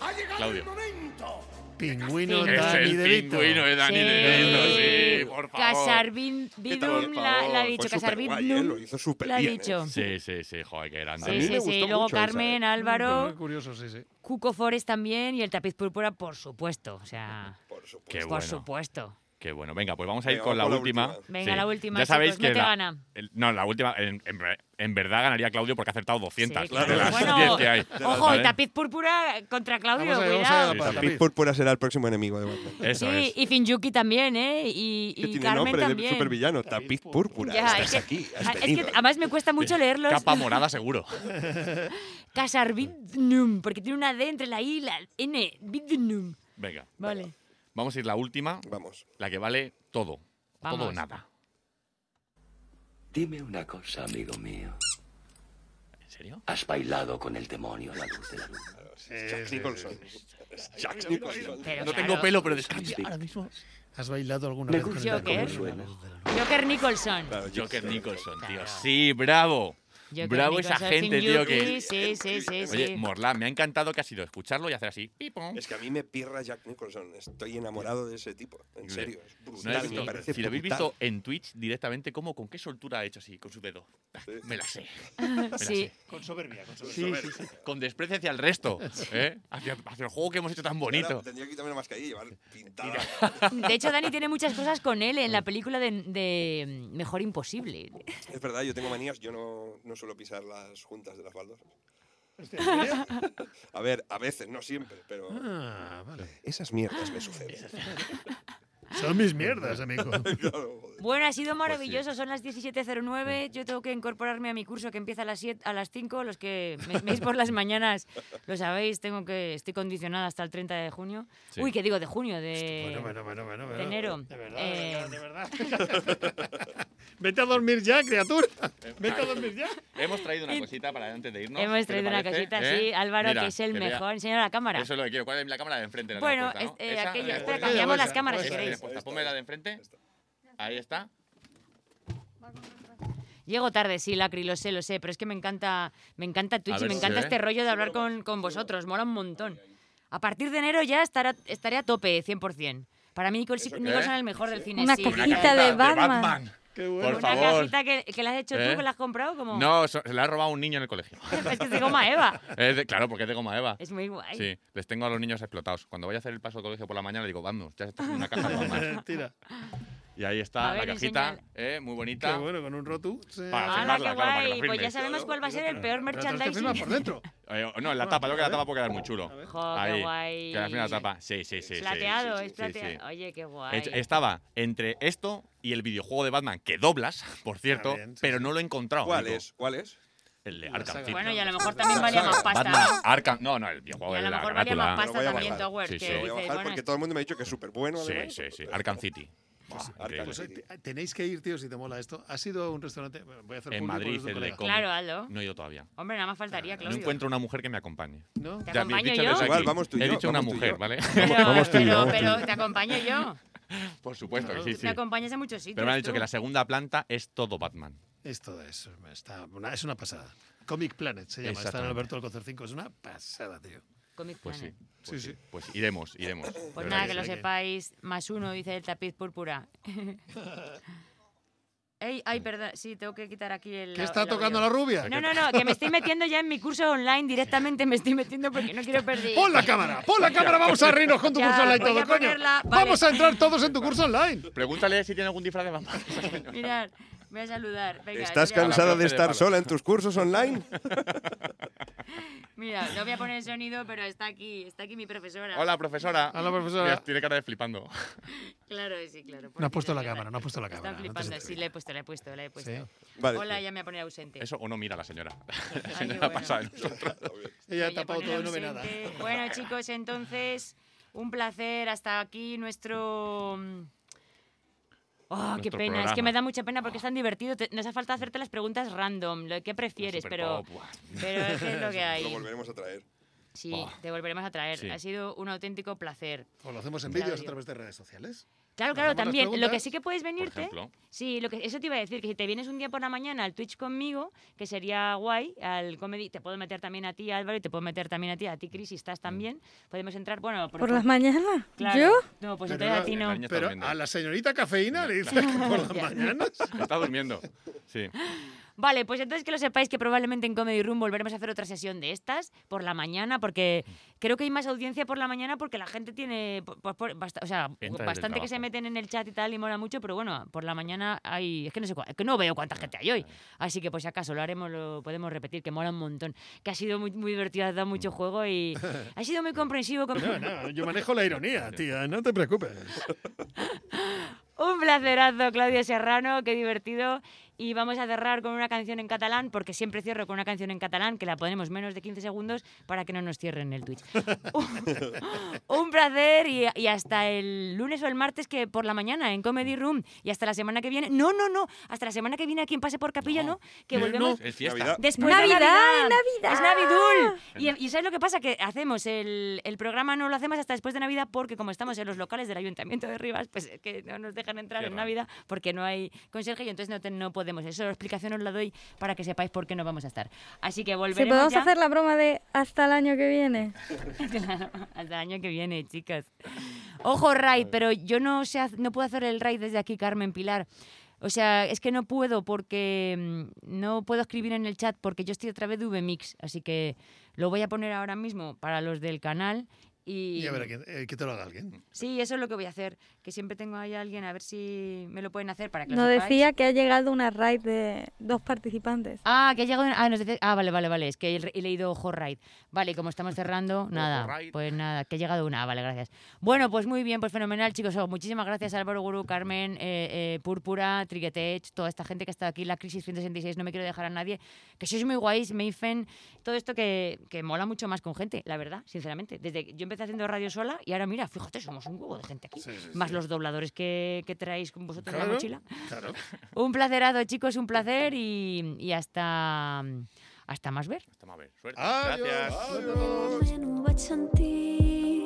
¡Ha llegado
Claudio.
el momento!
Pingüino
Es
Es
Danny
el
DeVito.
pingüino de
Ah,
Dani DeVito, sí, por favor.
Casarvin
Por
Bidum la, la ha
favor,
dicho.
fue superguay, ¿eh?
Casarvin
Lo hizo súper
la ha
bien, ¿eh?
dicho.
Sí, sí, sí, joder, qué grande.
A
Sí,
mí
sí,
me
sí.
gustó
Luego
mucho esa,
Carmen,
¿eh?
Pero
Álvaro,
Muy curioso, sí, sí.
Cuco Forest también y el tapiz púrpura, por supuesto. O sea,
Por supuesto.
Qué
por
bueno.
supuesto.
Qué bueno. Venga, pues vamos a ir
Venga,
con la
vamos con la
última.
última.
Venga, la última,
Ya sabéis
chicos,
que
mete
la-
gana.
el- no, la última. En, en re- en verdad ganaría Claudio porque ha acertado 200.
Sí,
de
claro.
las
Bueno,
10 que hay.
Ojo, el
Vale.
tapiz púrpura contra Claudio,
Vamos a ver, vamos a
cuidado.
ver
Sí,
la
sí.
pata.
Pete Púrpura será el próximo enemigo de Batman.
Eso
Sí,
es.
y Finjuki también, ¿eh? Y,
Que
y
tiene
Carmen
nombre
también.
de supervillano. Tapiz Púrpura.
Ya,
Estás
es que-
aquí. Has
Ah, es que
venido.
además me cuesta mucho leerlos.
Capa morada seguro.
Casarvidnum, porque tiene una D entre la I y la N. Vidnum.
Venga.
Vale.
Vamos a ir la última,
Vamos.
la que vale todo. Todo o
Vamos.
nada.
Dime una cosa, amigo mío.
¿En serio?
¿Has bailado con el demonio a la luz de la luna?
Jack Nicholson. Jack Nicholson.
Pero
No
claro,
tengo pelo, pero
Sí,
descanso.
sí.
¿Has bailado alguna
Me
vez con el
gusta
Danny
Joker.
DeVito?
Suena.
Joker Nicholson.
Claro, Jack
Joker Nicholson, tío.
Claro.
Sí, bravo.
Joker
bravo esa
Nicholson,
gente,
Finn
tío,
Yuki,
que...
Sí, sí, sí, sí.
Oye, Morlán, me ha encantado que ha sido escucharlo y hacer así. Pipo.
Es que a mí me pirra Jack Nicholson. Estoy enamorado de ese tipo. En serio. Es
No he
brutal.
visto,
me parece
si lo habéis
brutal.
visto en Twitch directamente, como con qué soltura ha hecho así, con su dedo. Ah,
Sí.
Me la sé.
sí.
Con soberbia, con soberbia.
Sí, sí, sí. Con desprecio hacia el resto. ¿eh? Hacia, hacia el juego que hemos hecho tan bonito.
Ahora Tendría que quitarme la mascarilla y llevar pintada.
De hecho, Dani tiene muchas cosas con él en la película de, de Mejor Imposible.
Es verdad, yo tengo manías. Yo no, no suelo pisar las juntas de las baldosas. A ver, a veces, no siempre, pero
Ah, vale.
esas mierdas me suceden.
Son mis mierdas, amigo.
Claro, joder.
Bueno, ha
Pues
sido maravilloso. Son las 17.09. Yo tengo que incorporarme a mi curso que empieza a las, 7 a las 5. Los que me veis por las mañanas lo sabéis. Tengo que, estoy condicionada hasta el 30 de junio.
Sí.
Uy, que digo de junio, de...
Bueno, bueno, bueno, bueno. bueno.
de enero.
De
Eh,
verdad, de verdad, de verdad. Vete a dormir ya, criatura. Vete a dormir ya.
Hemos traído una cosita para antes de irnos. ¿Qué
Hemos
te
traído una
parece?
cosita,
¿Eh?
sí. Álvaro,
Mira,
que es el
que vea.
mejor. Enseña la cámara.
Eso es lo que quiero. ¿Cuál es la cámara de enfrente? la
Bueno,
tenemos puesta,
es- eh,
¿no? Esa,
aquella.
eh,
Espera,
esa,
cambiamos
esa,
las cámaras si
esa,
esa
queréis.
tienes puesta. Ponme la de enfrente. Ahí está.
Llego tarde, sí, Lacri, lo sé, lo sé, pero es que me encanta, me encanta Twitch
ver
y me
si
encanta
se ve.
este rollo de hablar con, con vosotros, mola un montón. A partir de enero ya estará, estaré a tope, 100%. Para mí Nicol-
¿Eso qué?
Nicholson es el mejor del cine.
Una
sí.
cajita de Batman.
Qué
bueno. Por
Una
favor.
cajita que, que la has hecho
¿Eh?
tú, que la has comprado, como.
No, so- se la ha robado un niño en el colegio.
Es que es de goma Eva.
Es de- claro, porque es de goma Eva.
Es muy guay.
Sí, les tengo a los niños explotados. Cuando voy a hacer el paso al colegio por la mañana, le digo, vamos, ya está en una caja de gomas.
Tira.
Y ahí está
A ver,
la cajita,
enseñala.
eh, muy bonita.
Qué bueno, con un rotu. sí.
Para
Ala,
firmarla,
qué
claro, para que la
guay. Pues ya
firmes.
sabemos cuál va a ser el peor
Pero tenemos que
Ah, merchandising.
firmar por dentro.
Eh, no, en la tapa, yo creo que la tapa puede quedar muy chulo.
Jo, qué
Ahí,
guay.
Que al final la tapa. Sí, sí, sí. sí,
plateado,
sí,
es
sí,
plateado.
sí.
Oye, qué guay.
Es- Estaba entre esto y el videojuego de Batman, que doblas, por cierto,
bien, sí,
pero no lo he encontrado.
¿Cuál
digo.
es? ¿Cuál es?
El de Arkham City.
Bueno, y a lo mejor también valía más pasta.
Batman,
¿no?
Arkham. No, no, el videojuego
Y a
de
lo
la
mejor valía más
carátula.
pasta Lo voy a también, bajar. Tower, que
Lo voy a
dices,
bajar
bueno,
porque
es-
todo el mundo me ha dicho que es súper bueno.
Sí, sí, sí. Arkham City. Buah, increíble.
Pues, eh, te- tenéis que ir, tío, si te mola esto. ¿Has ido a un restaurante? Bueno, Voy a hacer
En
público,
Madrid,
es un
el de
colega.
cómic.
Claro, hazlo.
No he ido todavía.
Hombre, nada más faltaría,
No
Claudio.
encuentro una mujer que me acompañe.
¿Te
Ya,
acompaño
dicho
yo?
desde aquí,
Igual, vamos tú y
He
yo,
dicho una
vamos tú y
mujer,
yo.
¿vale?
Pero,
Vamos tú y
pero,
yo, vamos tú y
pero
yo.
te acompaño yo.
Por supuesto que sí, sí.
Me acompañas a muchos sitios.
Pero me han dicho
tú.
que la segunda planta es todo Batman.
Esto es, está una- es una pasada. Comic Planet se llama. Está en
Exactamente.
Alberto Alcocer 5. Es una pasada, tío.
Comic
Pues sí.
Planet.
Pues
Sí,
sí.
sí.
Pues iremos, iremos. De
Pues
verdad
nada, que lo
sí.
sepáis. Más uno, dice el tapiz púrpura. Ey, ay, perdón. Sí, tengo que quitar aquí el.
¿Qué está
el audio.
tocando la rubia?
No, no, no, que me estoy metiendo ya en mi curso online directamente, me estoy metiendo porque no quiero perder.
¡Pon la cámara! ¡Pon la cámara! ¡Vamos a reírnos con tu
Ya,
curso online
voy
todo,
a
coño!
ponerla, vale.
¡Vamos a entrar todos en tu curso online!
Pregúntale si tiene algún disfraz de Batman.
Mirad, voy a saludar. Venga,
¿Estás
yo ya-
cansada
profe
de
de
estar
palo.
sola en tus cursos online?
Mira, no voy a poner el sonido, pero está aquí, está aquí mi profesora.
Hola, profesora.
Hola, profesora.
Mira, tiene cara de flipando.
Claro, sí, claro.
No ha puesto la
pobrecita,
cámara, no ha puesto la
Está
cámara. no te
flipando,
estés
sí, la he puesto, la he puesto, la he puesto.
Vale,
Hola,
sí.
ya me ha ponido ausente.
Eso o no mira la señora. La
qué
señora
bueno.
pasa de nosotros.
Ella ha
Voy a
tapado
poner
todo, no ve nada.
ausente. pues, Bueno, chicos, entonces, un placer. Hasta aquí nuestro. mm, Oh, qué
Nuestro
pena. Es que
programa.
me da mucha pena porque es tan divertido. Te- nos ha faltado hacerte las preguntas random, lo que prefieres,
Super
pero,
pop, buah.
pero es que es lo que
Lo
hay.
volveremos a traer.
Sí,
Buah.
te volveremos a traer.
Sí.
Ha sido un auténtico placer.
O lo hacemos en vídeos a
Claudio.
través de redes sociales.
Claro,
Nos
claro,
hacemos las
también. Lo que
preguntas.
sí que puedes venirte.
ejemplo.
Sí, lo que, eso te iba a decir, que si te vienes un día por la mañana al Twitch conmigo, que sería guay, al comedy, te puedo meter también a ti, Álvaro, y te puedo meter también a ti, a ti, Cris, si
Mm.
estás también. Podemos entrar, bueno,
¿Por
ejemplo-
las mañanas?
Claro.
¿Yo?
No, pues
Pero
entonces
no,
a ti
la niña
no.
está
Pero
durmiendo.
a la señorita cafeína le dices que por las mañanas.
Está durmiendo. Sí.
Vale, pues entonces que lo sepáis que probablemente en Comedy Room volveremos a hacer otra sesión de estas por la mañana, porque creo que hay más audiencia por la mañana porque la gente tiene, po- po- por- basta- o sea,
Entra desde
bastante
el
que se
trabajo.
meten en el chat y tal y mola mucho, pero bueno, por la mañana hay, es que no sé, cua- es que no veo cuánta gente hay hoy, así que pues si acaso lo haremos, lo podemos repetir, que mola un montón, que ha sido muy, muy divertido, ha dado
Mm.
mucho juego y ha sido muy comprensivo. con-
No, no, yo manejo la ironía, tía, no te preocupes.
Un placerazo, Claudio Serrano, qué divertido. Y vamos a cerrar con una canción en catalán, porque siempre cierro con una canción en catalán, que la ponemos menos de 15 segundos para que no nos cierren el Twitch. Un, un placer y, y hasta el lunes o el martes que por la mañana en Comedy Room y hasta la semana que viene. No, no, no, hasta la semana que viene aquí en Pase por Capilla, ¿no? que
No,
volvemos.
no.
Es fiesta.
Navidad.
Después
Navidad,
de Navidad,
Navidad.
Es Navidul. Y, y ¿sabes lo que pasa? Que hacemos el, el programa, no lo hacemos hasta después de Navidad porque como estamos en los locales del Ayuntamiento de Rivas, pues es que no nos dejan entrar
Qué
en
raro.
Navidad porque no hay conserje y entonces no, te- no podemos. Eso, la explicación os la doy para que sepáis por qué no vamos a estar. Así que
Si
volveremos
podemos
ya
hacer la broma de hasta el año que viene.
Claro, hasta el año que viene, chicas. Ojo, raid, pero yo no, sé, haz- no puedo hacer el raid desde aquí, Carmen Pilar. O sea, es que no puedo porque mm, no puedo escribir en el chat porque yo estoy a través de VMix, así que lo voy a poner ahora mismo para los del canal y...
Y a ver, ¿quién- eh, que te lo haga alguien.
Sí, eso es lo que voy a hacer, que siempre tengo ahí a alguien a ver si me lo pueden hacer para que lo
Nos
sepáis.
decía que ha llegado una raid de dos participantes.
Ah, que ha llegado... Ah, nos decía- ah, vale, vale, vale, es que he re- he leído ojo raid. Vale, como estamos cerrando, nada,
raid.
pues nada, que ha llegado una, Ah, vale, gracias. Bueno, pues muy bien, pues fenomenal, chicos. Oh, muchísimas gracias Álvaro Guru, Carmen, eh, eh, Púrpura, Triguetech, toda esta gente que ha estado aquí, la Crisis 166, no me quiero dejar a nadie, que sois muy guays, Mayfen, todo esto que, que mola mucho más con gente, la verdad, sinceramente. Desde yo empecé haciendo radio sola y ahora mira, fíjate, somos un huevo de gente aquí, más los dobladores que, que traéis con vosotros en la mochila.
Claro.
Un placerazo, chicos, un placer y, y hasta, hasta más ver.
Estamos a ver. Suerte.
Adiós.
Gracias.
adiós.
moment ho vaig sentir